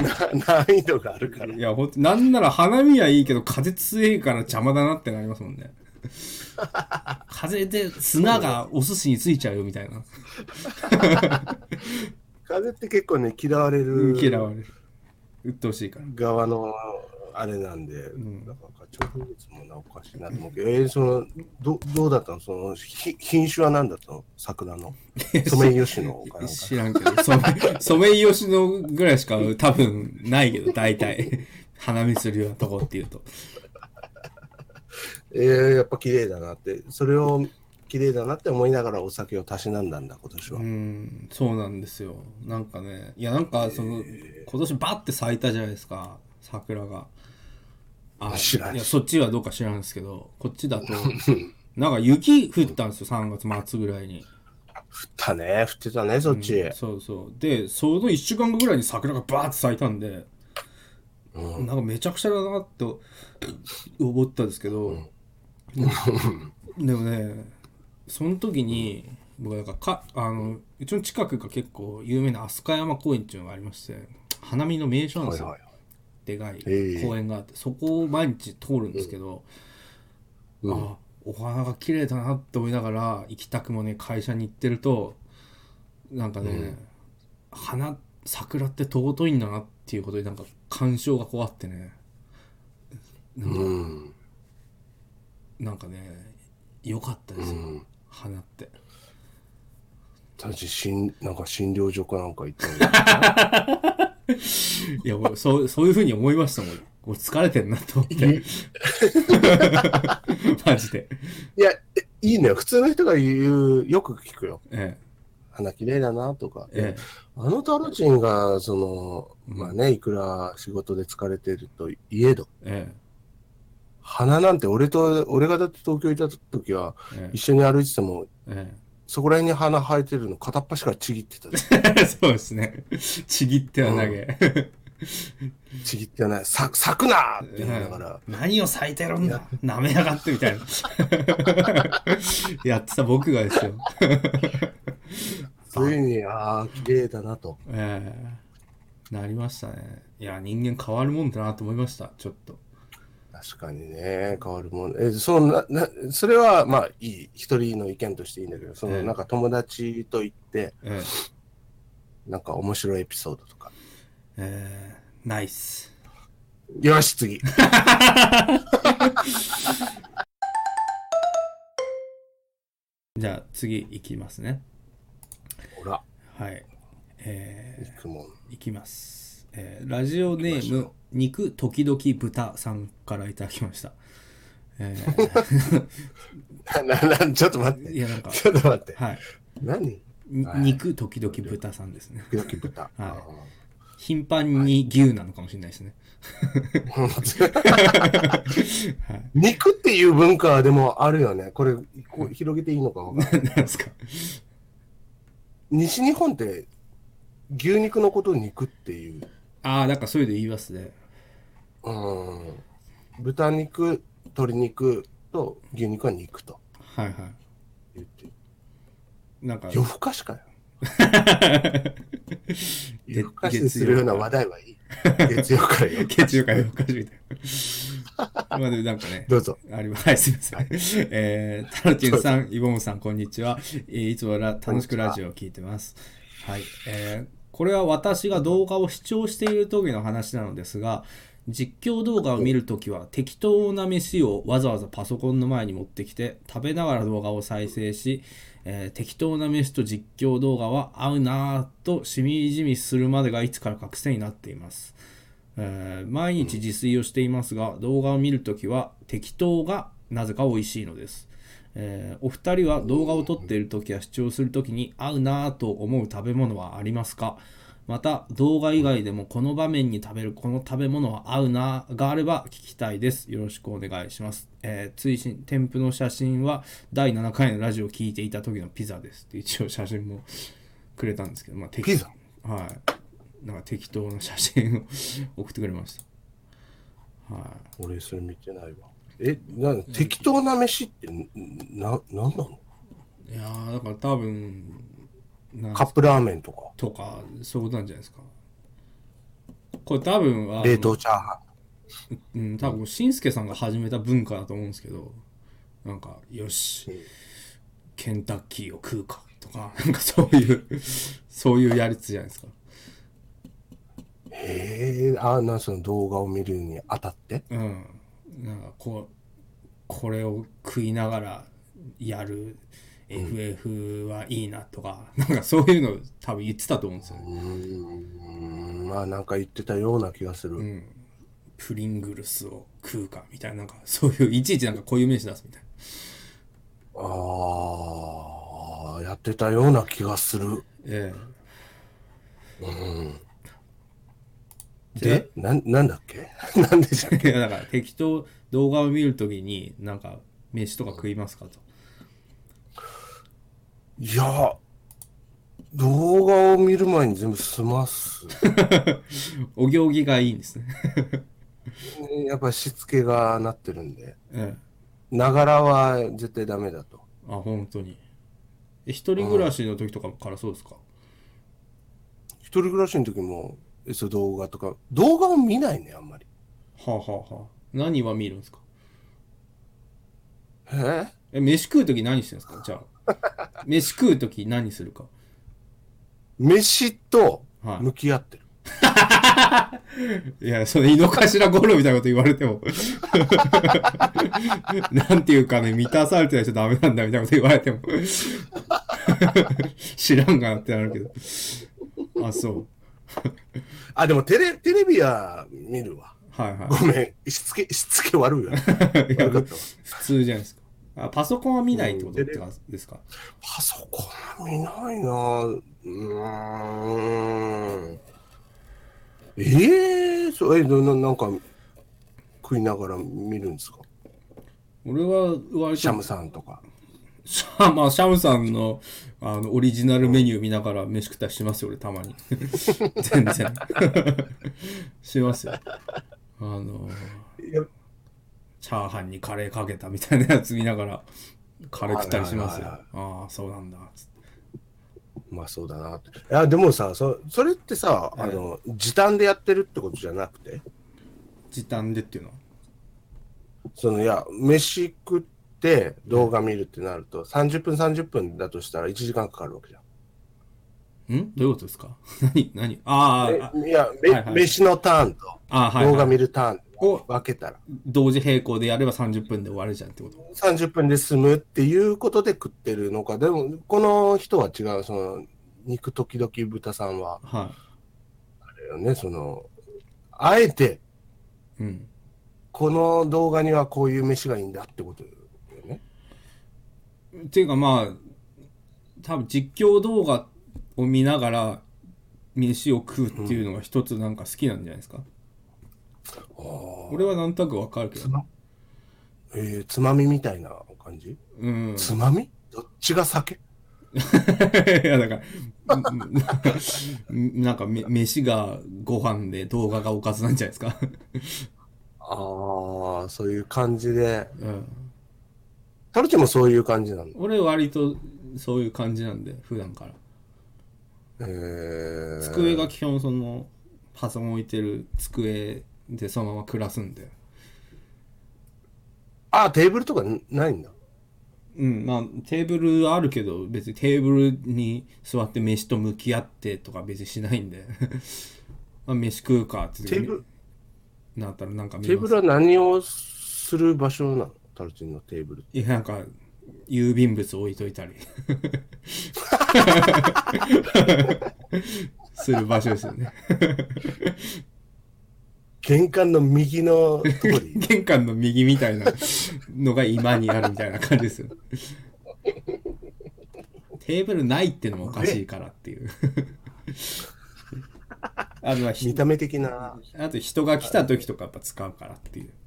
S3: のな難易度があるから。
S1: いや、ほんとなんなら花見はいいけど、風強いから邪魔だなってなりますもんね。風で砂がお寿司についちゃうよみたいな。
S3: 風って結構ね、嫌われる
S1: 嫌われる。鬱陶しいから。
S3: 側のあれなんで、
S1: ん
S3: なんか課ちょうどいいですもんな、おかしいなと思うけど、えー、その、どどうだったのそのひ品種は何だったの桜 の。ソメイヨシノかなんか。
S1: 知らんけど、ソメソメイヨシノぐらいしか多分ないけど、大体。花見するようなとこっていうと。
S3: えー、やっぱ綺麗だなって、それを綺麗だなって思いながらお酒をたしなんだんだ、今年は。
S1: うん、そうなんですよ。なんかね、いや、なんか、その、今年バッて咲いたじゃないですか、桜が。あ
S3: 知らん
S1: いや、そっちはどうか知らんですけど、こっち だと、なんか雪降ったんですよ、3月末ぐらいに。
S3: 降ったね、降ってたね、そっち。
S1: そうそう。で、その1週間後ぐらいに桜がバーって咲いたんで、なんかめちゃくちゃだなって思ったんですけど、でもね、その時に、僕なんかかあのうちの近くが結構有名な飛鳥山公園っていうのがありまして花見の名所なんですよ、
S3: はいはい
S1: でかい
S3: ええ
S1: 公園があって、そこを毎日通るんですけど、あお花が綺麗だなって思いながら行きたくもね会社に行ってるとなんかね、花桜って尊いんだなっていうことになんか感傷がこうあってね
S3: うん。
S1: なんかね良かったですよ、花って
S3: たち、しんなんか診療所かなんか行ったの
S1: いや俺そうそういうふうに思いましたもん俺もう疲れてんなと思って マジで
S3: いや、えいいね。普通の人が言う、よく聞くよ。
S1: え
S3: 花綺麗だなとか。
S1: ええ
S3: あのタロチンが、その、まあね、いくら仕事で疲れてるといえど、
S1: ええ
S3: 花なんて俺と、俺がだって東京行った時は、
S1: え
S3: 一緒に歩いてても、
S1: ええ
S3: そこら辺に花生えてるの片っ端からちぎってた。
S1: え そうですねちぎっては投げ、
S3: ちぎってない。さ咲くなって言いながら、
S1: 何を咲いてるんだ舐めやがってみ たいなやってた僕がですよ、
S3: ついに、ああ、綺麗だなと。
S1: ええなりましたねいや人間変わるもんだなと思いましたちょっと
S3: 確かにね、変わるもん。え、そんな、な、それは、まあ、いい。一人の意見としていいんだけど、その、
S1: ええ
S3: なんか友達と行って、
S1: ええ
S3: なんか面白いエピソードとか。
S1: ええナイス
S3: よし、 次。
S1: じゃあ次いきますね
S3: ほら、
S1: はいえ
S3: 行くもん。
S1: ー、いきます、えーラジオネーム肉時々豚さんからいただきましたえ
S3: な、な、ちょっと待っ
S1: ー、
S3: て。
S1: いやなんか
S3: ちょっと待って。
S1: はい
S3: 何
S1: に
S3: はい
S1: 肉時々豚さんですね
S3: ドキドキ豚。
S1: はい頻繁に牛なのかもしれないですね。はい。
S3: 肉っていう文化はでもあるよね。これ、こう広げていいのかわかんな
S1: な
S3: い。
S1: んですか。
S3: 西日本って、牛肉のことを肉っていう。
S1: ああ、なんかそういうの言いますね。
S3: うん。豚肉、鶏肉と牛肉は肉と
S1: はいは
S3: 言って。
S1: い。なんか、
S3: 夜更かしかよ。
S1: で
S3: 夜更かしにするような話題はいい。月曜から夜更かし。
S1: 月曜から夜更かしみたいな。まあでもなんかね。
S3: どうぞ。
S1: ありはい、すみません。えー、タロチンさん、イボムさん、こんにちは。えーいつもら楽しくラジオを聞いてます。はい。えーこれは私が動画を視聴している時の話なのですが、実況動画を見るときは適当な飯をわざわざパソコンの前に持ってきて食べながら動画を再生し、えー適当な飯と実況動画は合うなぁとしみじみするまでがいつからか癖になっています。えー毎日自炊をしていますが、動画を見るときは適当がなぜか美味しいのです、えーお二人は動画を撮っているときや視聴するときに合うなぁと思う食べ物はありますかまた動画以外でもこの場面に食べるこの食べ物は合うなぁがあれば聞きたいですよろしくお願いします、えー、追伸添付の写真は第7回のラジオを聞いていた時のピザですって一応写真もくれたんですけど、まあ、適
S3: ピザ
S1: はいなんか適当な写真を送ってくれましたはい
S3: 俺、それ見てないわ。え、なん適当な飯って、な、なんなの
S1: いやーだから多分なん
S3: カップラーメンとか、
S1: とかそういうことなんじゃないですかこれ多分は、
S3: 冷凍チャーハ
S1: うん、多分しんすけさんが始めた文化だと思うんですけどなんかよしケンタッキーを食うかとかなんかそういうそういうやりつじゃないですか
S3: ン。へえ、あ、なんその動画を見るにあたって
S1: うんなんかこうこれを食いながらやる FF はいいなとか、 なんかそういうの多分言ってたと思うんですよね、
S3: うんまあなんか言ってたような気がする、
S1: うん、プリングルスを食うかみたいななんかそういういちいちなんかこういう名詞出すみたいな
S3: ああやってたような気がする
S1: ええ
S3: でなんなんだっけ なんでしたっ
S1: で
S3: け
S1: いやだから適当動画を見るときになんか飯とか食いますかと
S3: いや動画を見る前に全部済ます
S1: お行儀がいいんですね、
S3: やっぱしつけがなってるんで
S1: ええ
S3: ながらは絶対ダメだと
S1: あ本当にえ一人暮らしの時とかからそうですか、
S3: 一人暮らしの時もえそう動画とか動画を見ないねあんまり
S1: はあはあはあ何は見るんですか
S3: え
S1: え飯食う時何してるんですかじゃ あ飯食う時何するか
S3: 飯と
S1: はい
S3: 向き合ってる、
S1: いやその井の頭ゴロみたいなこと言われても なんていうかね満たされてない人ダメなんだみたいなこと言われても 知らんがなってなるけどあそう
S3: あでもテレテレビは見るわ
S1: はいはい
S3: ごめんしつけしつけ 悪いわ
S1: いや
S3: 悪か
S1: 普
S3: ったわ
S1: 通じゃないですかあパソコンは見ないってこと
S3: うん
S1: ってかですか
S3: パソコンは見ないなうーんええそれななんか食いながら見るんですか
S1: 俺は割と
S3: シャムさんとか
S1: シャ,、まあ、シャムさんのあのオリジナルメニュー見ながら飯食ったりしますよ俺た まに全然しますよあの
S3: いや
S1: チャーハンにカレーかけたみたいなやつ見ながらカレー食ったりしますよ
S3: はいはい
S1: ああそうなんだつって
S3: まあそうだなっていやでもさそそれってさ、あの時短でやってるってことじゃなくて
S1: 時短でっていうのは
S3: そのいや飯食って動画見るってなると30分30分だとしたら1時間かかるわけじゃん
S1: んどういうことですか 何何あーあ
S3: えいや、め
S1: はいはい
S3: 飯のターンと
S1: ああはい、
S3: 動画
S1: はい、
S3: 見るターン
S1: お
S3: 分けたら
S1: 同時並行でやれば30分で終わるじゃんってこと
S3: 30分で済むっていうことで食ってるのかでもこの人は違うその肉時々豚さんは
S1: は
S3: あれよねそのあえて
S1: いうん
S3: この動画にはこういう飯がいいんだってことよね
S1: っていうかまあ多分実況動画を見ながら飯を食うっていうのが一つなんか好きなんじゃないですか、俺はなんとなくわかるけど
S3: えーつまみみたいな感じ
S1: うん
S3: つまみどっちが酒
S1: いやだから うんなんかめ飯がご飯で動画がおかずなんじゃないですか、
S3: ああそういう感じで
S1: うん、
S3: タルチもそういう感じなの
S1: 俺割とそういう感じなんで普段から
S3: えー、
S1: 机が基本そのパソコン置いてる机でそのまま暮らすんで
S3: あーテーブルとかんないんだ
S1: うん、まあテーブルあるけど別にテーブルに座って飯と向き合ってとか別にしないんで まあ飯食うかって
S3: テーブル
S1: なったらなんか見
S3: テー
S1: ま
S3: ブ
S1: す
S3: ルは何をする場所なのタルチンのテーブル
S1: いやなんか郵便物置いといたり する場所ですよね
S3: 玄関の右のとこ に
S1: 玄関の右みたいなのが今にあるみたいな感じですよテーブルないってのもおかしいからって いうあのひ
S3: 見た目的な
S1: あと人が来た時とかやっぱ使うからっていう。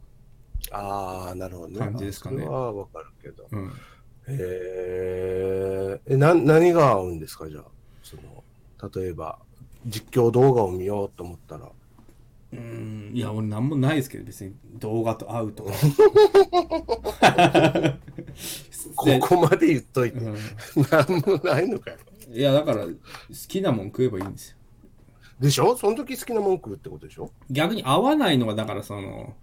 S3: ああなるほどね
S1: 感じですかね
S3: あそれはわかるけど
S1: うん。
S3: えー、えな何が合うんですかじゃあその例えば実況動画を見ようと思ったら
S1: うん、いや、俺なんもないですけど、別に動画と会うとか。
S3: ここまで言っといて、
S1: うん
S3: なんもないのかよ
S1: いや、だから好きなもん食えばいいんですよ。
S3: でしょその時好きなもん食うってことでしょ
S1: 逆に合わないのが、だからその、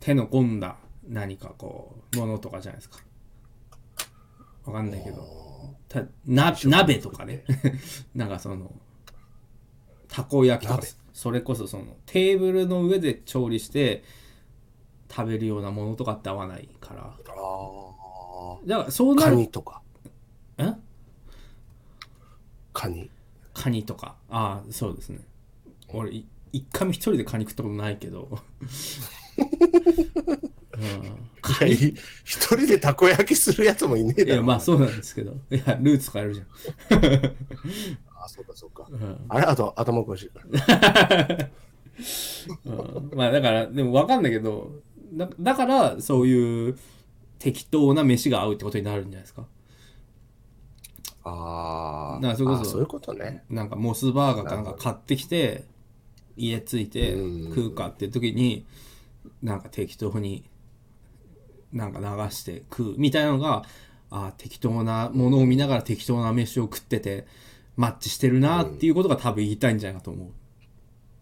S1: 手の込んだ何かこう、ものとかじゃないですか。わかんないけど。たな鍋とかね。 なんかその、たこ焼きとか
S3: 鍋、
S1: それこそその、テーブルの上で調理して、食べるようなものとかって合わないから
S3: ああ。
S1: だからそうな
S3: カ
S1: る
S3: ニとか。
S1: え
S3: カニ。
S1: カニとかああそうですね俺い一回も一人でカニ食ったことないけど、うん、カニ
S3: 一人でたこ焼きするやつもいねえ
S1: い
S3: だ
S1: や
S3: ろ。
S1: まあそうなんですけどいやルーツ変えるじ
S3: あ、そうかそうか
S1: ゃ。ん、うん
S3: あれ、あと頭おかしいから。
S1: うんまあだからでも分かんないけどだだからそういう適当な飯が合うってことになるんじゃないですか
S3: あ ー
S1: なあそれこそ
S3: あそういうことね。
S1: なんかモスバーガーかなんか買ってきて家着いて
S3: うん
S1: 食うかっていう時になんか適当になんか流して食うみたいなのがあー適当なものを見ながら適当な飯を食っててマッチしてるなっていうことが多分言いたいんじゃないかと思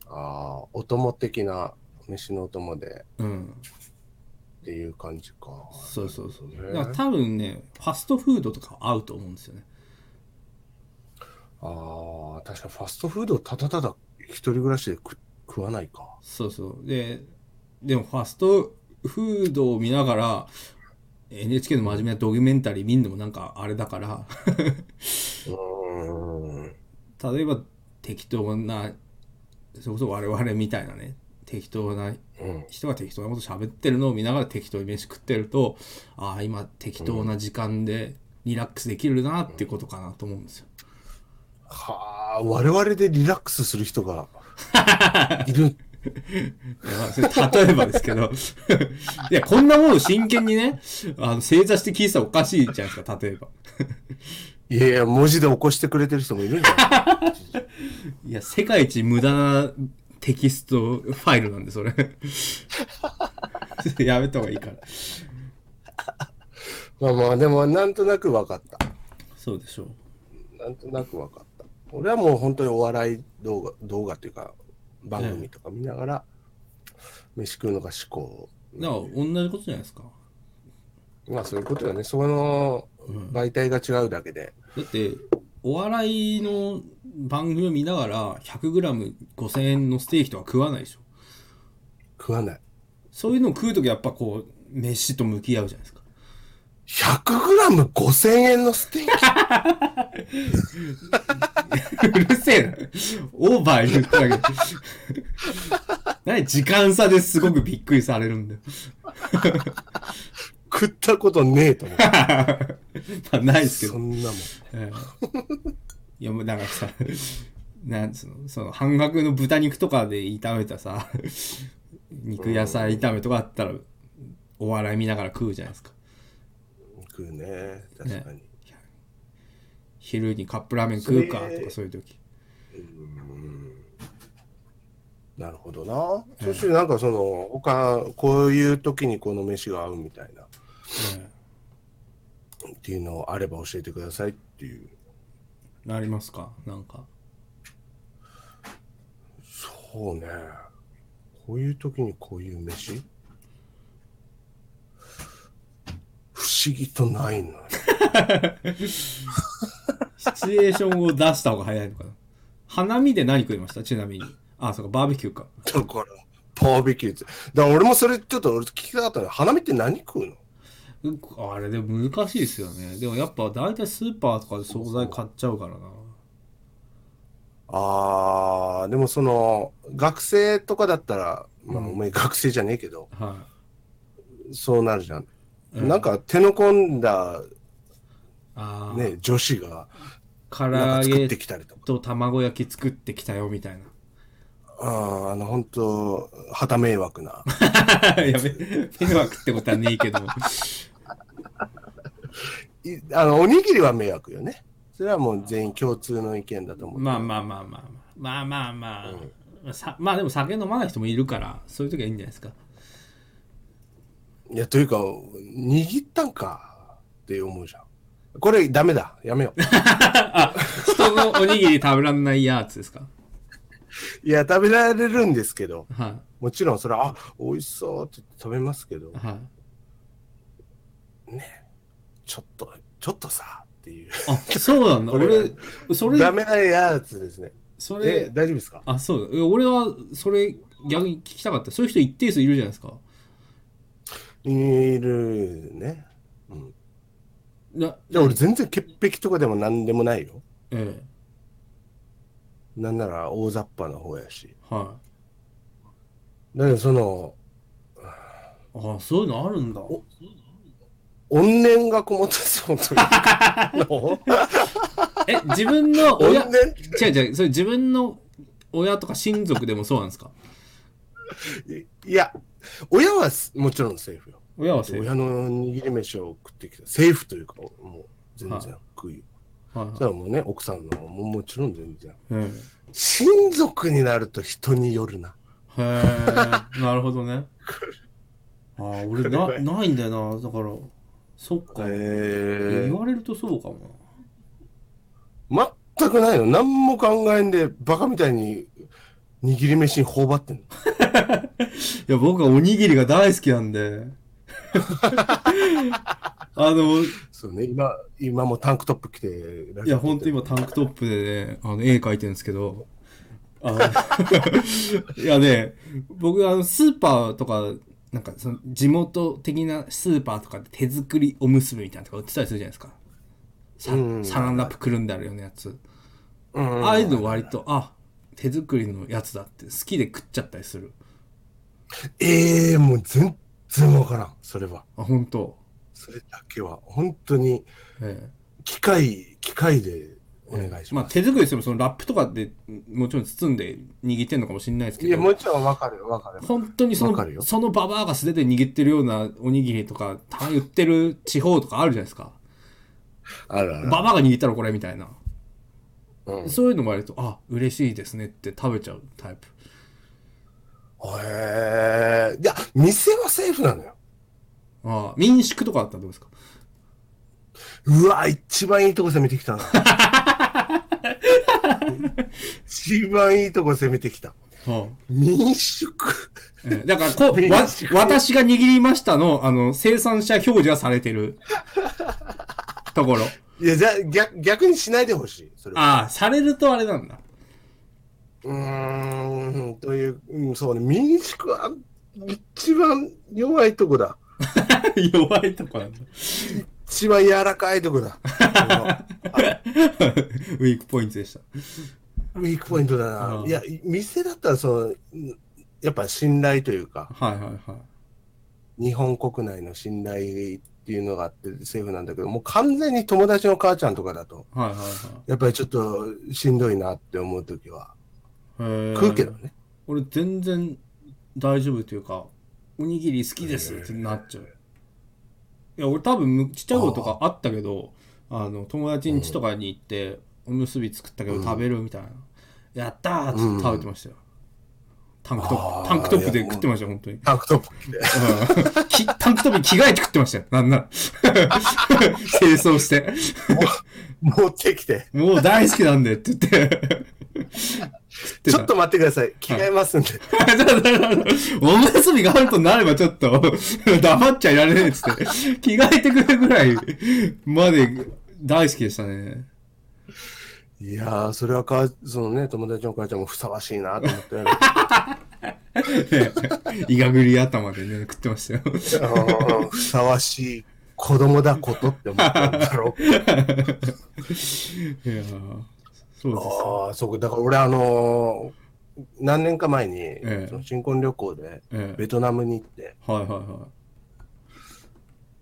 S3: ああ、お供的な飯のお供で
S1: ううん
S3: っていう感じか。
S1: そうそうそう
S3: ね
S1: だから多分ねファストフードとか合うと思うんですよね
S3: ああ、確かファストフードをただただ一人暮らしで食食わないか。
S1: そうそうででもファストフードを見ながら NHK の真面目なドキュメンタリー見んのもなんかあれだから
S3: うーん。
S1: 例えば適当なそれこそ我々みたいなね適当な
S3: うん。
S1: 人が適当なこと喋ってるのを見ながら適当に飯食ってるとああ今適当な時間でリラックスできるなっていうことかなと思うんですよ。
S3: はあ、我々でリラックスする人がいる。
S1: いやまあそれ例えばですけど いやこんなもの真剣にねあの正座して聞いてたらおかしいじゃないですか例えば。
S3: いやいや、文字で起こしてくれてる人もい るんじゃ
S1: いや世界一無駄なテキストファイルなんでそれ やめた方がいいから
S3: ないまあまあ、でもなんとなく分かった。
S1: そうでしょう。
S3: なんとなく分かった。俺はもう本当にお笑い動画、動画っていうか、番組とか見ながら、飯食うのが思考。
S1: だから同じことじゃないですか。
S3: まあそういうことよね。その媒体が違うだけで。
S1: だってお笑いの番組を見ながら 100g5000 円のステーキとか食わないでしょ
S3: 食わない。
S1: そういうのを食う時やっぱこう飯と向き合うじゃないですか
S3: 100グラム5000円のステーキ
S1: うるせえなオーバー言っただけど 何時間差ですごくびっくりされるんだよ
S3: 食ったことねえと思う。
S1: まあないですけど
S3: そんなもん。
S1: ええいやもうだからさ なんつうのその半額の豚肉とかで炒めたさ 肉野菜炒めとかあったらお笑い見ながら食うじゃないですか
S3: 食うね。確かに。
S1: 昼にカップラーメン食うか
S3: それ
S1: とかそういう時
S3: なるほどな。そしてなんかその、他、こういう時にこの飯が合うみたいな、
S1: え
S3: っていうのあれば教えてくださいっていう。
S1: えなりますかなんか
S3: そうね。こういう時にこういう飯不思議とないのよ。
S1: シチュエーションを出した方が早いのかな花見で何食いましたちなみにあそうかバーベキューか
S3: だから、バーベキューって。だから俺もそれちょっと俺聞きたかったの。花見って何食うの
S1: うんあれでも難しいですよねでもやっぱ大体スーパーとかで惣菜買っちゃうからな
S3: あー、でもその、学生とかだったら、まあ、お前学生じゃねえけど、
S1: はい
S3: そうなるじゃん。
S1: うん
S3: なんか手の込んだ、
S1: ああ、
S3: ね、女子が
S1: 唐揚
S3: なんか作っ
S1: げ
S3: てきたりとか。
S1: と卵焼き作ってきたよみ たいな。
S3: あーあの、本当旗迷惑な。
S1: や べ、迷惑ってことはねえけども。
S3: いあのおにぎりは迷惑よね。それはもう全員共通の意見だと思う。
S1: まあまあまあまあまあまあまあまあ、さまあでも酒飲まない人もいるから、そういう時はいいんじゃないですか。
S3: いや、というか、握ったんかって思うじゃん。これダメだ。やめよう。
S1: あ、人のおにぎり食べらんないやつですか。
S3: いや、食べられるんですけど、
S1: は
S3: もちろんそれは、あ、美味しそうって言って食べますけど
S1: い、、はい。
S3: ちょっと、ちょっとさ、っていう。
S1: あ、そうなんだ。
S3: これ
S1: 俺、それ
S3: ダ、メなやつですね。
S1: そ
S3: え
S1: れ、、
S3: 大丈夫ですか
S1: あ、そうだ。え俺は、それ、逆に聞きたかった。そういう人一定数いるじゃないですか。
S3: いるね。うん。
S1: な、
S3: で、俺全然潔癖とかでも何でもないよ。
S1: え
S3: なんなら大雑把な方やし。
S1: え、は
S3: だけどその、
S1: い。ああ、そういうのあるんだ。
S3: 怨念がこもってそうというか の
S1: え、自分 の
S3: 怨
S1: 親、違
S3: 念
S1: う違う、それ自分の親とか親族でもそうなんですか
S3: いや、親はすもちろんセーフよ。
S1: 親はせ、はい
S3: 親の握り飯を食ってきた。セーフというか、もう全
S1: は
S3: 然
S1: い
S3: 食いよ。それ
S1: は
S3: はもうね、奥さんのももちろん全然。
S1: い。うん
S3: 親族になると人によるな。
S1: へえ、なるほどね。 ああ、俺な、ないんだよな。だから、そっか。
S3: え
S1: 言われるとそうかもな。
S3: ー、全くないの。何も考えんで、バカみたいに握り飯に頬張ってんの。
S1: いや、僕はおにぎりが大好きなん で。あの、い
S3: そうね、今、今もタンクトップ着てらっしゃって
S1: や、ほんと今タンクトップでね、あの、絵描いてるんですけど、あの いやね、僕、あの、スーパーとか、なんか、その、地元的なスーパーとかで手作りおむすびみたいなのとか売ってたりするじゃないですか。さ
S3: うん
S1: サランラップくるんであるようなやつ。
S3: うん
S1: ああいうの割と、あ、手作りのやつだって好きで食っちゃったりする。
S3: ええもう全然わからん、それは。
S1: あ、ほんと。
S3: それだけは、本当に、
S1: ええ
S3: 機械、機械でお願いし
S1: まあ
S3: ます。
S1: 手作りしてもそのラップとかでもちろん包んで握ってんのかもしれないですけ
S3: いや、も
S1: ど
S3: ちろんわかるよ、わかる。
S1: 本当にそ
S3: わかる
S1: の
S3: よ
S1: そのババアが素手で握ってるようなおにぎりとかたまに売ってる地方とかあるじゃないですか
S3: あるある。
S1: ババアが握ったらこれみたいな
S3: うん
S1: そういうのも割とあ嬉しいですねって食べちゃうタイプ
S3: へえいや、店はセーフなのよ。
S1: ああ民宿とかだったらどうですか
S3: うわ、一番いいとこ攻めてきたな。一番いいとこ攻めてきた。
S1: はあ
S3: 民宿。
S1: ええだから こう
S3: 民
S1: わ
S3: 宿
S1: 私が握りましたのあの生産者表示がされてるところ
S3: いや、じゃ逆、逆にしないでほしい。それは。
S1: ああされるとあれなんだ
S3: うーん、という、うん、そうね、民宿は一番弱いとこだ。
S1: 弱いとこなんだ。
S3: 一番柔らかいと こだ。
S1: ウィークポイントでした。
S3: ウィークポイントだな
S1: う。ん
S3: いや、店だったら、その、うんやっぱ信頼というか、
S1: はいはいはい。
S3: 日本国内の信頼っていうのがあって、セーフなんだけど、もう完全に友達の母ちゃんとかだと、
S1: はいはいはい。
S3: やっぱりちょっとしんどいなって思うときは、
S1: へー
S3: 食うけどね。
S1: 俺全然大丈夫というか、おにぎり好きですってなっちゃう。いや、俺多分むちっちゃい頃とかあったけど、あの、友達ん家とかに行って、おむすび作ったけど食べるみたいな。やったーっつって食べてましたよ。タンクトッ
S3: あ
S1: プ、
S3: ー
S1: タンクトップで
S3: いや
S1: 食ってましたよ、本当に。
S3: タンクトップ着て。
S1: うん きタンクトップに着替えて食ってましたよ、なんなら。清掃して。
S3: 持ってきて。
S1: もう大好きなんでって言って。
S3: ちょっと待ってください。着替えますんで。
S1: おむすびがあるとなればちょっと 黙っちゃいられねえっつって着替えてくれるぐらいまで大好きでしたね。
S3: いやー、それはか、そのね、友達の母ちゃんもふさわしいなと思って。
S1: ねいがぐり頭でね、食ってましたよ。
S3: うんふさわしい子供だことって思ったんだ ろう。
S1: いやーそうですよ。
S3: ああ、そうか。だから俺、あのー何年か前に、
S1: え
S3: その新婚旅行で
S1: ええ
S3: ベトナムに行って、
S1: はいはいは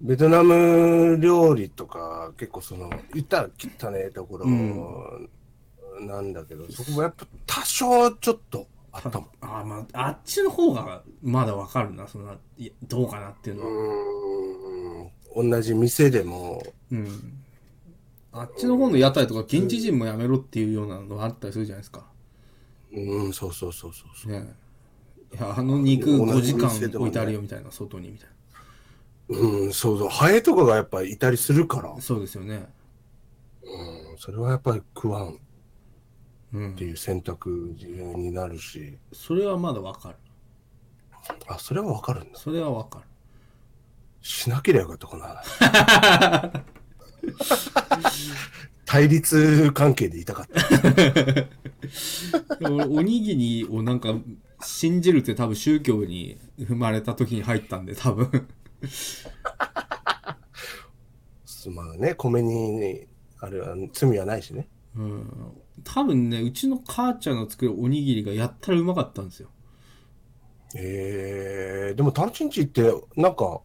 S3: ベトナム料理とか、結構その、言ったら汚ねえところ
S1: うん
S3: なんだけど、そこもやっぱ多少ちょっとあったもん
S1: い。。あーまあ、あっちの方がまだわかるな、そんな、いやどうかなっていうのは。
S3: うーん、同じ店でも、
S1: うん。あっちの方の屋台とか、現地人もやめろっていうようなのがあったりするじゃないですか。
S3: うん、そうそうそうそうそう。
S1: ねいや、あの肉5時間
S3: 同じ店でも
S1: 置
S3: ね
S1: いてあるよみたいな、外にみたい
S3: うん、そうそう。ハエとかがやっぱいたりするから
S1: な。、そうですよね。
S3: うん、それはやっぱり食わんっ
S1: うん
S3: て。いう選択自由になるし、
S1: それはまだわかる。
S3: あ、それはわかるんだ。
S1: それはわかる。
S3: しなければよかった、この話。 対立関係でいたかった。
S1: 俺おにぎりをなんか信じるって多分宗教に生まれた時に入ったんで、多分。
S3: まあね、米に、あれは罪はないしね。
S1: うん、多分ねうちの母ちゃんの作るおにぎりがやったらうまかったんですよ
S3: えー、でもタンチンチって、なんか、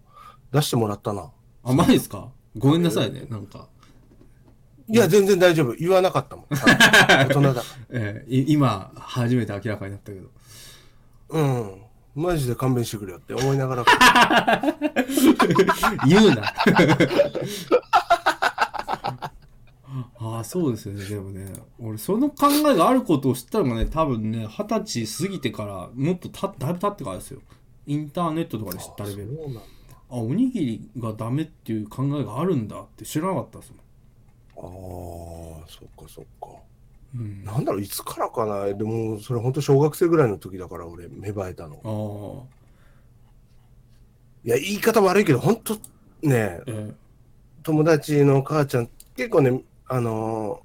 S3: 出してもらったな。
S1: 甘いですかごめんなさいねなんか、
S3: いや、全然大丈夫。言わなかった もん。大人だか
S1: えーい今初めて明らかになったけど
S3: ら。うん。マジで勘弁してくれよって思いながら。
S1: 言うなああそうですよねでもね俺その考えがあることを知ったのがね多分ね二十歳過ぎてからもっとただいぶ経ってからですよインターネットとか で知ったレベル
S3: そうなんだ
S1: あおにぎりがダメっていう考えがあるんだって知らなかったですもん
S3: ああ、そっかそっか。なんだろう、いつからかな。でも、それ本当小学生ぐらいの時だから、俺、芽生えたの。
S1: ああ
S3: いや、言い方悪いけど、本当ね、
S1: えー
S3: 友達の母ちゃん、結構ね、あの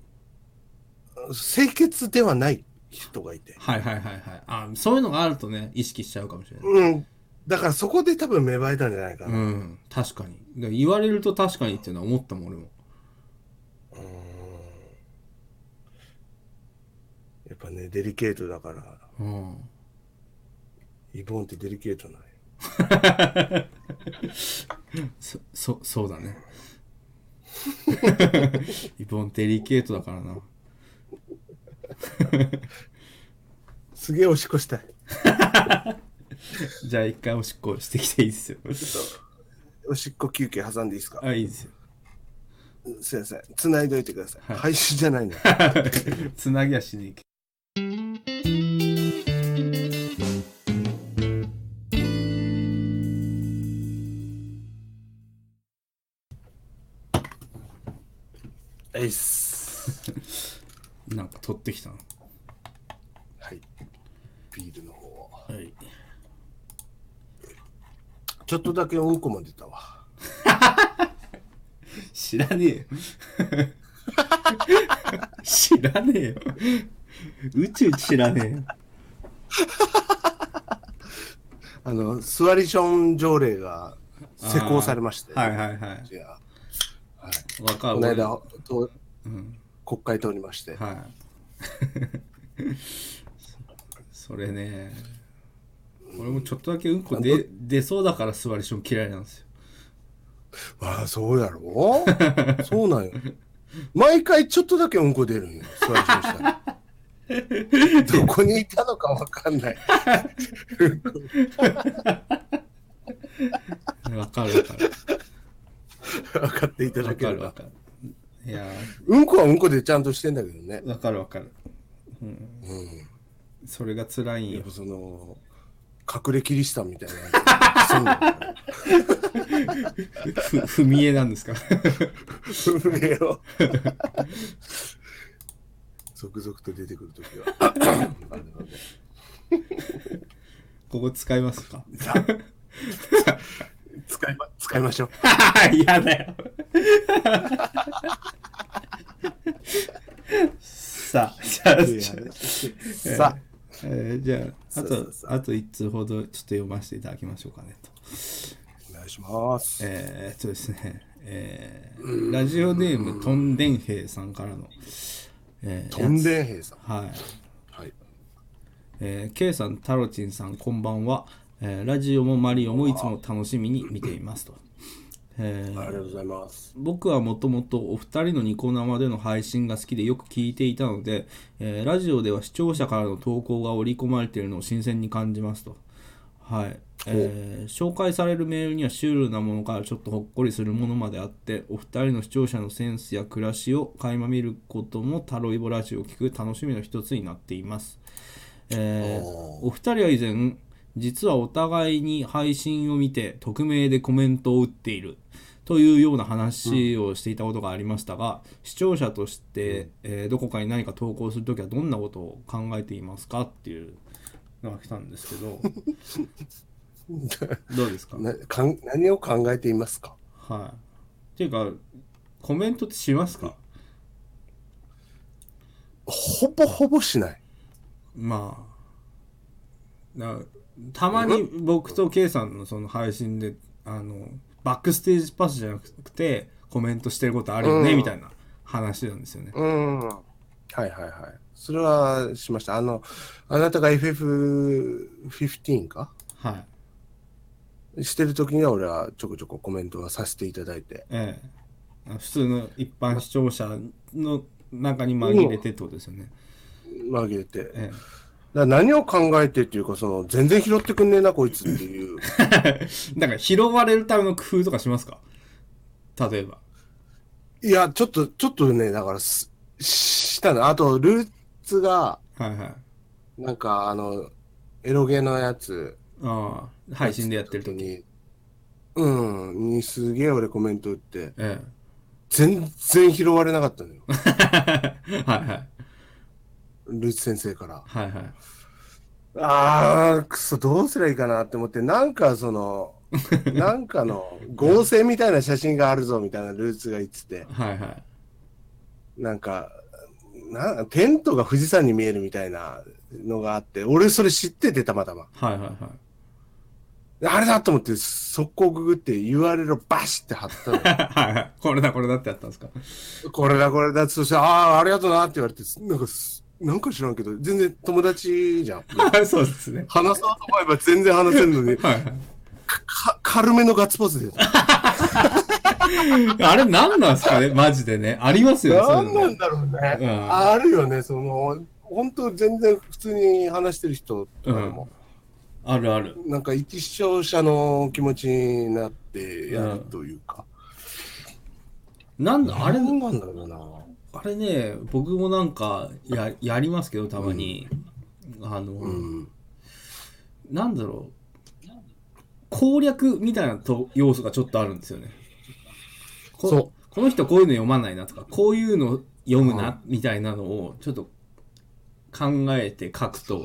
S3: ー清潔ではない人がいて。
S1: はいはいはいはいあそういうのがあるとね意識しちゃうかもしれない、
S3: うん。だからそこで多分芽生えたんじゃないか
S1: う
S3: な。
S1: ん、確かにで言われると確かにっていうのは思ったもん俺も
S3: やっぱね、デリケートだから、
S1: うん
S3: イボーンってデリケートない。
S1: そ、そ、そうだね。イボンデリケートだからな。
S3: すげえおしっこしたい。
S1: じゃあ一回おしっこしてきていいですよ。
S3: おしっこ休憩挟んでいいですか、
S1: あ、いいですよ。
S3: すいません。繋いどいてください。
S1: はい
S3: 配信じゃないんだ。
S1: つなぎはしに行く。
S3: えいっす。
S1: なんか取ってきたの。
S3: はい。ビールの方を
S1: はい。
S3: ちょっとだけうんこも出たわ。
S1: 知らねえよ。 知らねえよ。宇宙知らねえよ。
S3: あの、スワリション条例が施行されまして。
S1: はいはいはい。
S3: じゃあ
S1: わか
S3: こ
S1: る。
S3: の間、と
S1: うん。
S3: 国会通りまして。
S1: はい。そ れね。俺もちょっとだけうんこ出出そうだから座りション嫌いなんですよ。
S3: ああ、そうやろ そうなんよ。毎回ちょっとだけうんこ出るんよ。座りそうしたら。 どこにいたのかわかんない。
S1: わかるわ かる。
S3: 分かっていただ
S1: わ
S3: け
S1: か
S3: れ
S1: るわ
S3: ば。
S1: かる。いや
S3: うんこはうんこでちゃんとしてんだけどね
S1: ー、。わかるわかる。
S3: うん。
S1: それが辛いん
S3: や
S1: よ
S3: っ。ぱその、隠れキリシタンみたいな。そう なんだよ
S1: ふ、踏み絵なんですか
S3: 震えよ。 続々と出てくるときは。あれなので
S1: ここ使いますか
S3: 使いま、使いましょう。
S1: 嫌だよ。 さあ、じゃあ、
S3: さあ。
S1: えーじゃあ、あ
S3: そう
S1: と
S3: そうそ、う
S1: あと1通ほどちょっと読ませていただきましょうかねと。
S3: お願いします。
S1: えー、っとですね、えー、ラジオネーム、とんでんへいさんからの、えー
S3: とんでん兵さん。
S1: はい。
S3: はい。
S1: えー、K さん、タロチンさん、こんばんは、えーラジオもマリオもいつも楽しみに見ていますと。えー
S3: ありがとうございます。
S1: 僕はもともとお二人のニコ生での配信が好きでよく聞いていたので、えーラジオでは視聴者からの投稿が織り込まれているのを新鮮に感じますと。はいえー紹介されるメールにはシュールなものからちょっとほっこりするものまであってお二人の視聴者のセンスや暮らしを垣間見ることもタロイボラジオを聞く楽しみの一つになっています、えーお二人は以前実はお互いに配信を見て匿名でコメントを打っているというような話をしていたことがありましたが、視聴者として、えーどこかに何か投稿するときはどんなことを考えていますかっていうのが来たんですけど どうですか,、
S3: なかん何を考えていますか
S1: はい、っていうかコメントってしますか
S3: ほぼほぼしない。
S1: まあだたまに僕と K さんのその配信であのバックステージパスじゃなくてコメントしてることあるよね、
S3: うん
S1: みたいな話なんですよね。
S3: うん。はいはいはい。それはしました。あの、あなたが FF15 か
S1: はい。
S3: してる時には俺はちょこちょこコメントはさせていただいて。
S1: ええあの普通の一般視聴者の中に紛れてってことですよね。
S3: 紛れて。だか
S1: え
S3: ら何を考えてっていうか、その、全然拾ってくんねえな、こいつっていう。
S1: え、だから拾われるための工夫とかしますか例えば。
S3: いや、ちょっと、ちょっとね、だからす、したの。あと、ルーツが、
S1: はいはい。
S3: なんか、あの、エロゲのやつ、
S1: ああ、配信でやってる時に。
S3: に、うん、にすげえ俺コメント打って、
S1: え
S3: 全然拾われなかっ たのよ。
S1: え。はいはい。
S3: ルーツ先生から。
S1: はいはい。
S3: あー、くそ、どうすりゃいいかなって思って、なんかそ の、なんかの合成みたいな写真があるぞみたいなルーツが言ってて、
S1: はいはい。
S3: なんか、なテントが富士山に見えるみたいなのがあって、俺それ知っててたまたま。
S1: はいはいはい。。
S3: あれだと思って、速攻ググって URL をバシって貼ったの
S1: はいはい。これだこれだってやったんですか。
S3: これだこれだって、そして、ああ、ありがとうなって言われて、なんかす、なんか知らんけど、全然友達じゃん。
S1: そうですね。
S3: 話そうと思えば全然話せるのに、
S1: はいはい。
S3: か軽めのガッツポーズで。
S1: あれ何なんですかねマジでね。ありますよね。そうい
S3: な
S1: うんの
S3: な
S1: ね
S3: んだろうね。
S1: うん
S3: あるよね、その、本当全然普通に話してる人とかでも、
S1: あるある。
S3: なんか一視聴者の気持ちになってやるというか。
S1: なんだ、あれ、
S3: 何なんだろうな。
S1: あれね、僕もなんかややりますけど、たまに。あの、
S3: うん。
S1: なんだろう。攻略みたいなと要素がちょっとあるんですよね。こ
S3: そう
S1: この人こういうの読まないなとか、こういうの読むな、みたいなのをちょっと考えて書くと、
S3: うん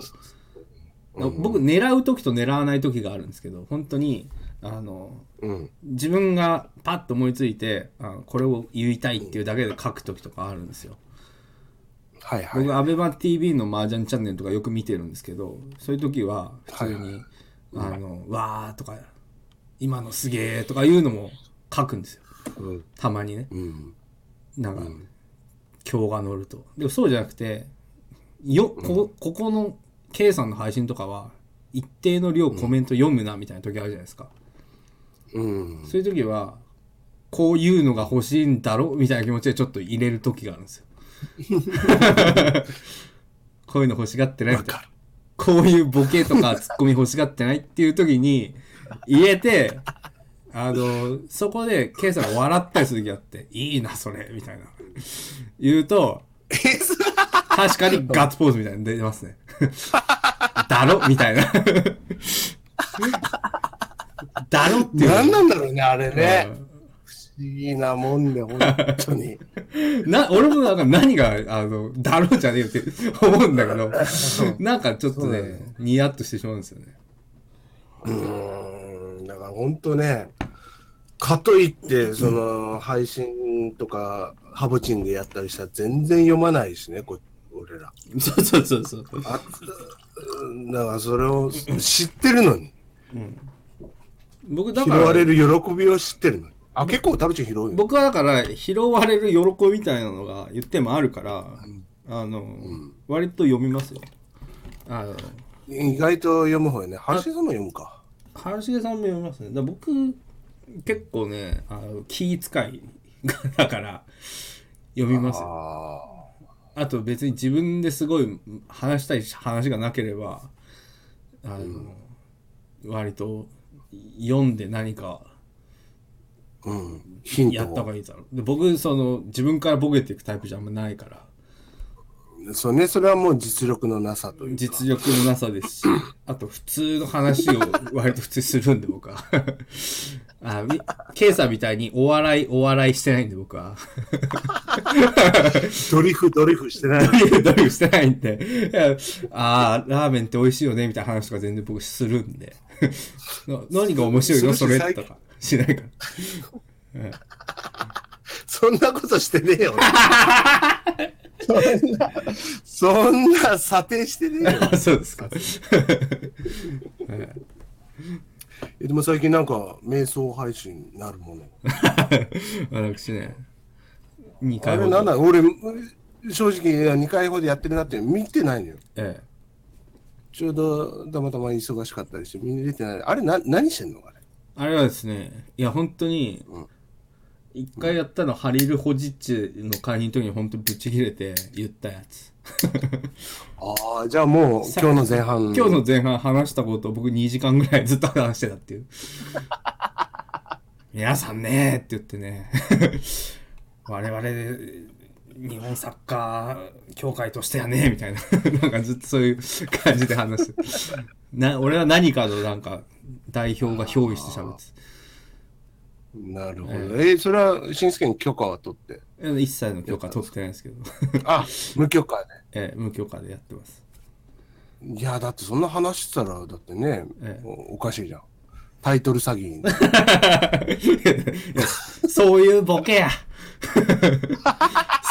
S1: 僕狙う時と狙わない時があるんですけど、本当に、あの、
S3: うん。
S1: 自分がパッと思いついてあこれを言いたいっていうだけで書く時とかあるんですよ。
S3: はいはい。
S1: 僕、アベマ t v の麻雀チャンネルとかよく見てるんですけどそういう時は普通に「あのわー」とか「今のすげー」とかいうのも書くんですよ
S3: うん。
S1: たまにね
S3: うん。
S1: なんか今日が乗ると。でもそうじゃなくてよこここの K さんの配信とかは一定の量コメント読むなみたいな時あるじゃないですか。
S3: うん。
S1: そういう時は、こういうのが欲しいんだろみたいな気持ちでちょっと入れる時があるん ですよ。 こういうの欲しがってないみたいなこういうボケとかツッコミ欲しがってないっていう時 に入れて、あの、そこで、ケイさんが笑ったりする時があって、いいな、それ、みたいな。言うと、確かにガッツポーズみたいなの出て ますね。だろみたいな。だろっていう。
S3: 何なんだろうね、あれね。不思議なもんで、本当に。
S1: な、俺もなんか何が、あの、だろうじゃねえよって思うんだけ ど、なんかちょっと
S3: そうだよ
S1: ね、ニヤッとしてしまうんですよね。
S3: うーんだから本当ね、かといって、その、配信とか、ハボチンでやったりしたら全然読まないしね、こ俺ら。
S1: そうそうそうそう。
S3: あうんだからそれを知ってるのに、
S1: 僕だ
S3: 拾
S1: か
S3: われ
S1: ら、
S3: る喜びを知ってるのに。あ、結構タブチン拾うよ。
S1: 僕はだから、拾われる喜びみたいなのが言ってもあるから、あの、割と読みますよ。あの、
S3: 意外と読む方やね。配信さんも読むか。
S1: 春重さんも読みますね。だから僕、結構ね、あの気遣いが、だから、読みますよ
S3: あ
S1: あと別に自分ですごい話したい話がなければあの、割と読んで何か
S3: あ。うん。ヒン
S1: や
S3: ト
S1: った方
S3: を。
S1: がいいだろうで僕その自分からボケていくタイプじゃあんまないから
S3: そうね、それはもう実力のなさというか。
S1: 実力のなさですしあと普通の話を割と普通にするんで僕は あみケイさんみたいにお笑いお笑いしてないんで僕は
S3: ドリフ、ドリフしてない。
S1: ドリフドリフしてないんでいやあーラーメンって美味しいよねみたいな話とか全然僕するんでな何が面白いの
S3: す
S1: そ
S3: る
S1: れ
S3: し最
S1: とかしないから
S3: そんなことしてねえよ。俺そんな、そん な 査定してねえよ。
S1: あそうですか。
S3: えでも最近なんか、瞑想配信なるもの。
S1: 私ね、2
S3: あ
S1: 回
S3: れ
S1: ほ
S3: なん
S1: ど。
S3: だ俺、正直、いや2回ほどやってるなって見てないのよ。
S1: ええ。
S3: ちょうどたまたま忙しかったりして、見れてない。あれ、な何してんのあれ。
S1: あれはですね、いや、本当に、一回やったの、ハリル・ホジッチの会員の時に本当にぶち切れて言ったやつ。
S3: ああ、じゃあもう、今日の前半。
S1: 今日の前半話したことを僕2時間ぐらいずっと話してたっていう。皆さんねーって言ってね。 我々、日本サッカー協会としてやねみたいな。なん かずっとそういう感じで話してたな俺は何かのなんか代表が憑依して喋って
S3: なるほど。えそれは、しんすけに許可は取って。
S1: た一切の許可取ってないんですけど、
S3: あ、無許可
S1: ええ無許可でやって ます。
S3: ね。いや、だってそんな話したら、だってね、
S1: ええ
S3: おおかしいじゃん。タイトル詐欺。
S1: いやそういうボケや。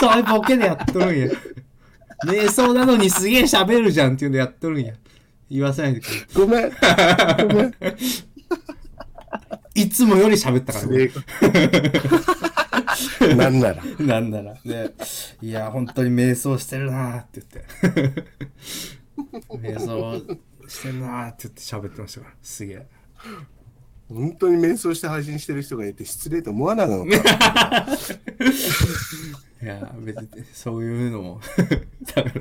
S1: そういうボケでやっとるんや。瞑想なのにすげえ喋るじゃんっていうのやっとるんや。言わせないでくれ。
S3: ごめ ん。 ごめん。
S1: いつもより喋ったからね。
S3: なんなら。
S1: なんなら。で、いや、本当に瞑想してるなーって言 って。瞑想してるなーって言って喋ってましたから。すげえ。
S3: 本当に瞑想して配信してる人がいて失礼と思わなかったのか。
S1: いや、別にそういうのも 多分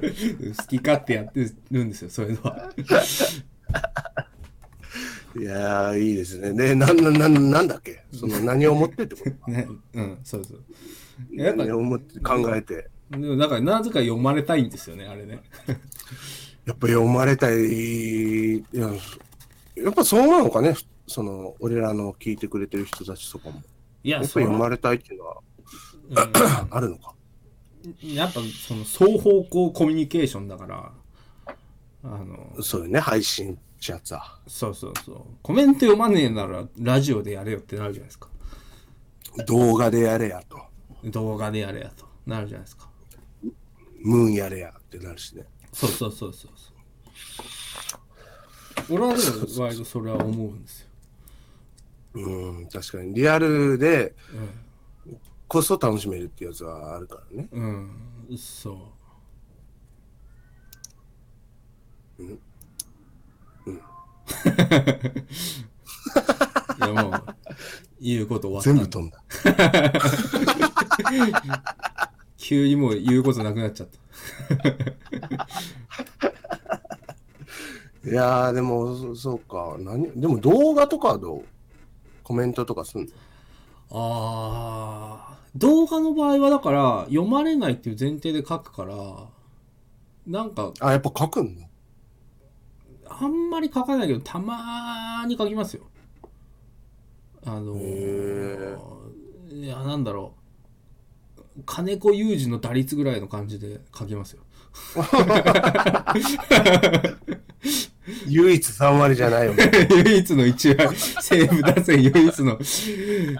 S1: 好き勝手やってるんですよ、そういうの は。
S3: いやー、いいですね。で、なん、なん、なんなんだっけその何を思ってってこと
S1: ね、うん、そうそう。いややっぱ
S3: 何を思って考えて。
S1: でもなんか、なぜか読まれたいんですよね、あれね。
S3: やっぱ読まれたい、いや、やっぱそうなのかねその、俺らの聞いてくれてる人たちとかも。
S1: いや
S3: やっぱ読まれたいっていうのは
S1: うん
S3: あるのか。
S1: やっぱ、その、双方向コミュニケーションだから、あの、
S3: そうよね、配信ってやつは。
S1: そうそうそう。コメント読まねえなら、ラジオでやれよってなるじゃないですか。
S3: 動画でやれやと。
S1: 動画でやれやと。なるじゃないですか。
S3: ムーンやれやってなるしね。
S1: そうそうそうそうそう。俺はでも、割とそれは思うんですよ。
S3: うん、確かに。リアルで、こそ楽しめるってやつはあるからね。
S1: うん、そう。 うん。いやもう、言うこと終わった。
S3: 全部飛んだ。
S1: 急にもう言うことなくなっちゃった。
S3: いやー、でも、そそうか。何でも動画とかはどうコメントとかすんの
S1: あー動画の場合はだから、読まれないっていう前提で書くから、なんか、
S3: あ、やっぱ書くんの
S1: あんまり書かないけど、たまーに書きますよ。あのー、いや、なんだろう。金子雄二の打率ぐらいの感じで書きますよ。
S3: 唯一3割じゃないよね。
S1: 唯一の1割、西武打線唯一の1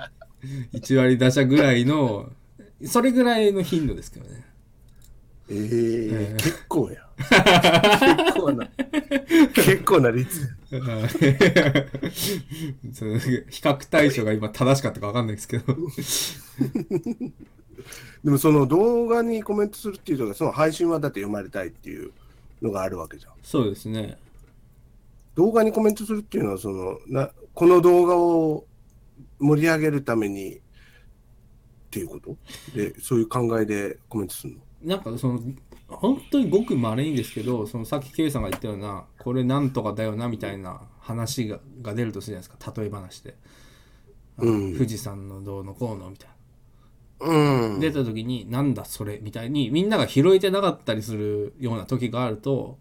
S1: 割打者ぐらいの、それぐらいの頻度ですけど ね。
S3: えー、結構や。結構 な、結構な率。
S1: その比較対象が今正しかったか分かんないですけど
S3: でもその動画にコメントするっていうのが、その配信はだって読まれたいっていうのがあるわけじゃん。
S1: そうですね
S3: 動画にコメントするっていうのはそのな、この動画を盛り上げるためにっていうことで、そういう考えでコメントするの
S1: なんかその本当にごくまれにですけどそのさっき K さんが言ったようなこれなんとかだよなみたいな話がが出るとするじゃないですか例え話で、
S3: うん。
S1: 富士山のどうのこうのみたいな
S3: うん。
S1: 出た時になんだそれみたいにみんなが拾えてなかったりするような時があると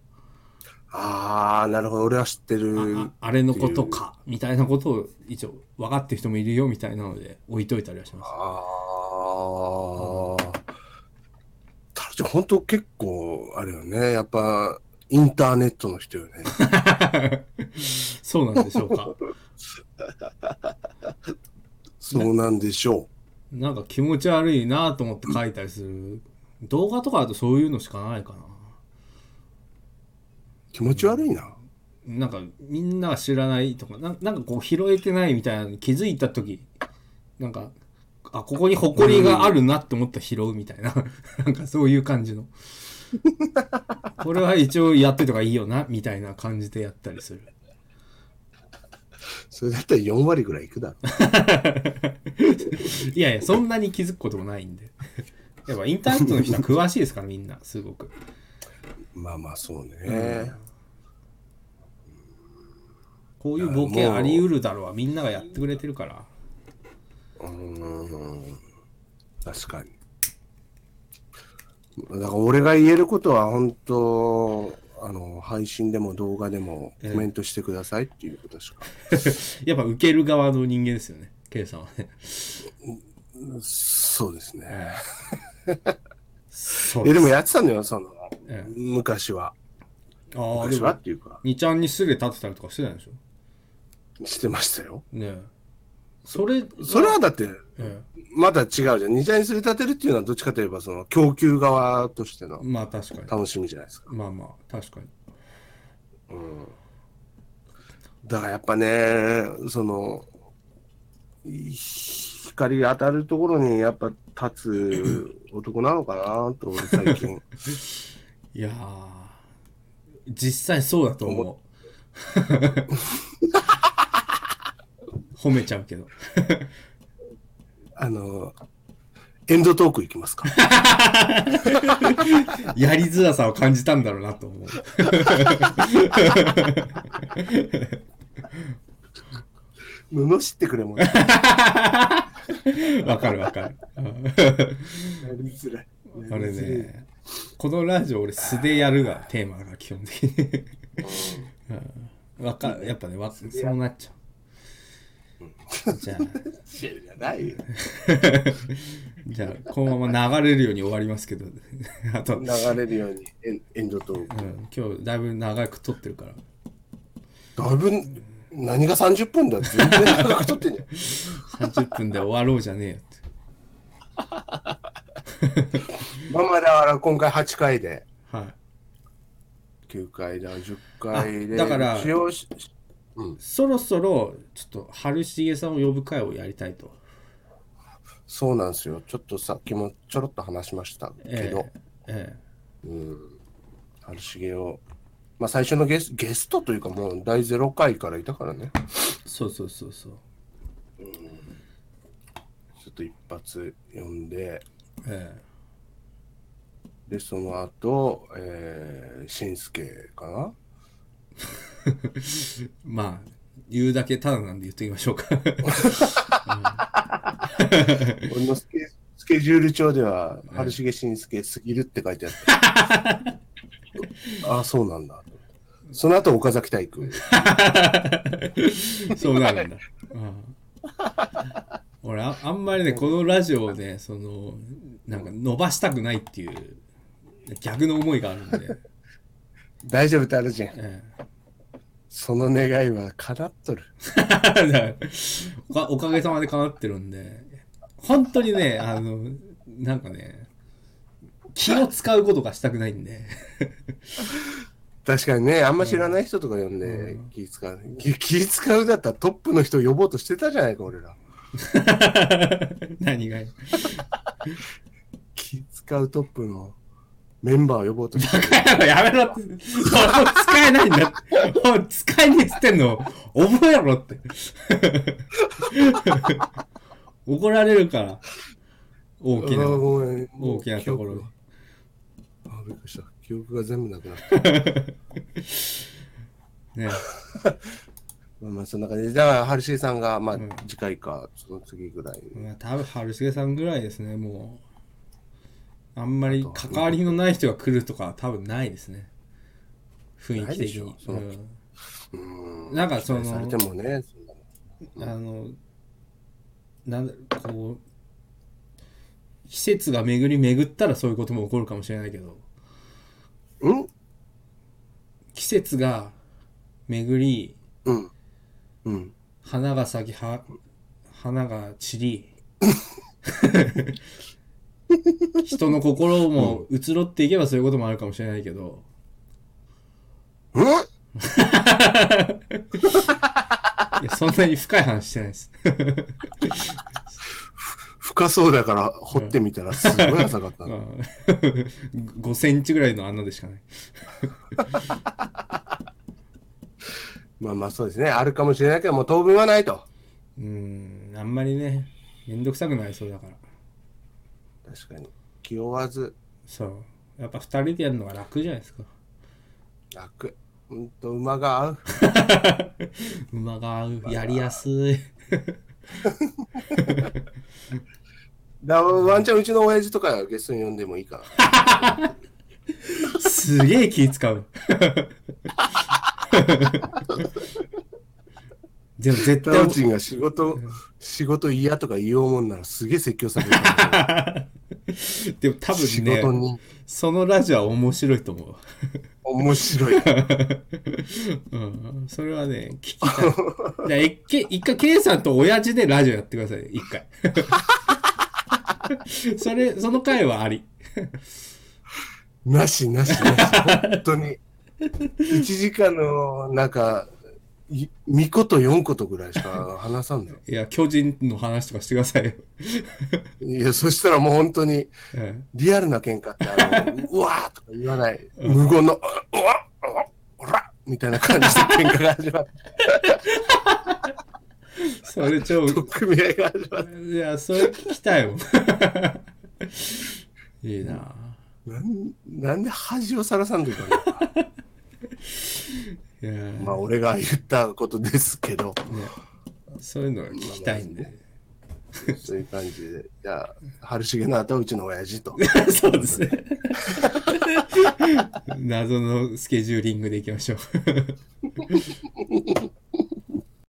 S3: ああ、なるほど。俺は知ってる
S1: あ。あれのことかみたいなことを一応分かってる人もいるよみたいなので置いといたりはします
S3: ああ。タロちゃん、本当結構、あれよね。やっぱ、インターネットの人よね。
S1: そうなんでしょうか
S3: そうなんでしょ
S1: なんか気持ち悪いなと思って書いたりする動画とかだとそういうのしかないかな
S3: う。気持ち悪いな。
S1: なんかみんなが知らないとかななんかこう拾えてないみたいなのに気づいた時なんかあここに誇りがあるなって思ったら拾うみたいな なんかそういう感じの これは一応やってとかいいよなみたいな感じでやったりする
S3: それだったら4割ぐらいいくだろう。
S1: いやいやそんなに気づくこともないんで やっぱインターネットの人は詳しいですからみんなすごく
S3: まあまあそうね。
S1: こういうボケあり得るだろうはみんながやってくれてるから
S3: うん。確かに。だから俺が言えることは本当、あの、配信でも動画でもコメントしてくださいっていうことしか。
S1: やっぱ受ける側の人間ですよね K さんはね
S3: そうですね。
S1: そう
S3: いやでもやってたのよ、その、
S1: ええ
S3: 昔は。
S1: ああで
S3: 昔は
S1: も
S3: っていうか、
S1: 2ちゃんにすぐ立てたりとかしてたんでしょ
S3: してましたよ。
S1: ねえそれ
S3: それはだって、
S1: ええ
S3: まだ違うじゃん。二茶にすり立てるっていうのはどっちかといえば、その、供給側としての
S1: まあ確かに
S3: 楽しみじゃないですか。
S1: まあまあ確かに
S3: だからやっぱね、その、い光が当たるところにやっぱ立つ男なのかなと、俺最 近。
S1: いやー実際そうだと思う 褒めちゃうけど
S3: あの、エンドトークいきますか。
S1: やりづらさを感じたんだろうなと思う
S3: 罵ってくれもん、ね、
S1: わかるわかる。
S3: やりづらい。
S1: あれね、このラジオ俺素でやるがテーマが基本的に。 うんわかる、やっぱね、わそうなっちゃう。じゃあ、
S3: 知らないよ。
S1: じゃあ、このまま流れるように終わりますけど、 あと、うん
S3: 流れるようにエンエンドトーク。
S1: 今日だいぶ長く撮ってるから。
S3: だいぶ、何が30分だ全然長く撮ってんじ ゃん。
S1: 30分で終わろうじゃねえよって。
S3: まあまあだから今回8回で、
S1: はい。
S3: 9回だ、10回で。
S1: あだから
S3: 一応し
S1: そろそろ、ちょっと、春重さんを呼ぶ会をやりたいと。
S3: そうなんですよ。ちょっとさっきもちょろっと話しましたけ
S1: え
S3: ど、
S1: ええ
S3: 春重を、まあ最初のゲスゲストというかもう第0回からいたからね、
S1: えそうそうそうそう。
S3: ちょっと一発呼んで、
S1: ええ
S3: で、その後、えー、しんすけかな
S1: まあ、言うだけただなんで言っておきましょうか。
S3: 俺のスケスケジュール帳では、春重しんすけすぎるって書いて あった。ああ、そうなんだ。その後、岡崎体育。
S1: そうなるんだ。うん、俺あ、あんまりね、このラジオをね、その、なんか伸ばしたくないっていう、逆の思いがあるんで、
S3: 大丈夫ってあるじゃん。
S1: え
S3: その願いは叶っとる。
S1: えだから おかおかげさまで叶ってるんで、本当にね、あの、なんかね、気を使うことがしたくないんで、
S3: 確かにね、あんま知らない人とか呼んで気使う。気気使うだったらトップの人呼ぼうとしてたじゃないか、俺ら。
S1: 何がよ。
S3: 気使うトップのメンバーを呼ぼうとしてた。
S1: やめろって。もう使えないんだって。もう使えねえっつってんの、覚えろって。 怒られるから。 大きな、
S3: あーごめん
S1: 大きなところで。
S3: 記憶があーびっくりした。記憶が全部なくなった。
S1: ね。
S3: まあまあ、そんな感じで。だから、春重さんが、まあ、次回か、その次ぐらいに。
S1: まあ、多分、春重さんぐらいですね、もう。あんまり関わりのない人が来るとかは多分ないですね。雰囲気的
S3: ない
S1: に
S3: で。しょ
S1: うんなんかその、
S3: されてもね、そんな
S1: あの、なんだこう、季節が巡り巡ったらそういうことも起こるかもしれないけど、
S3: のん
S1: 季節が巡り、
S3: うん。うん。
S1: 花が咲き、は花が散 り、人の心も移ろっていけばそういうこともあるかもしれないけど、
S3: うん
S1: いや、そんなに深い話してないです。
S3: 深そうだから掘ってみたらすごい浅かった
S1: う
S3: の。
S1: ん5センチぐらいの穴でしかない。
S3: まあまあそうですね。あるかもしれないけど、もう当分はないと。
S1: うん、あんまりね、めんどくさくなりそうだから。
S3: 確かに。気負わず、
S1: そう。やっぱ二人でやるのが楽じゃないですか。
S3: 楽。うんと、馬が合う。
S1: 馬が合う。やりやすい。
S3: だワンチャンうちの親父とかゲストに呼んでもい いか
S1: すげえ気使う。 でも絶
S3: な。
S1: 対
S3: タオチンが仕事、仕事嫌とか言おうもんならすげえ説教されるからね
S1: でも 多
S3: 仕
S1: 分
S3: 事
S1: ね、
S3: に
S1: そのラジオは面白いと思うわ。
S3: 面白い。
S1: うん、それはね、聞きたい。だからえっけ一回、ケイさんと親父でラジオやってくださいね、一回。 それ、その回はあり。
S3: なしなしなし。本当に。1時間の、なんか、い2個と4個とぐらいしか話さんの。
S1: いや、巨人の話とかしてくださいよ。
S3: いや、そしたらもう本当に、
S1: うん
S3: リアルな喧嘩ってあの、 うわーとか言わない、無言の、うわうわおらみたいな感じで喧嘩が 始まって、
S1: それ超、
S3: 組合が始まって、
S1: いや、それ聞きたいもん。 いいな
S3: なんなんで恥をさらさんでいいかな。
S1: いやー
S3: まあ、俺が言ったことですけど、
S1: そういうのが聞きたいんで。
S3: そういう感じで、じゃあ、春重の後はうちの親父と。
S1: そうです ね。謎のスケジューリングでいきましょう。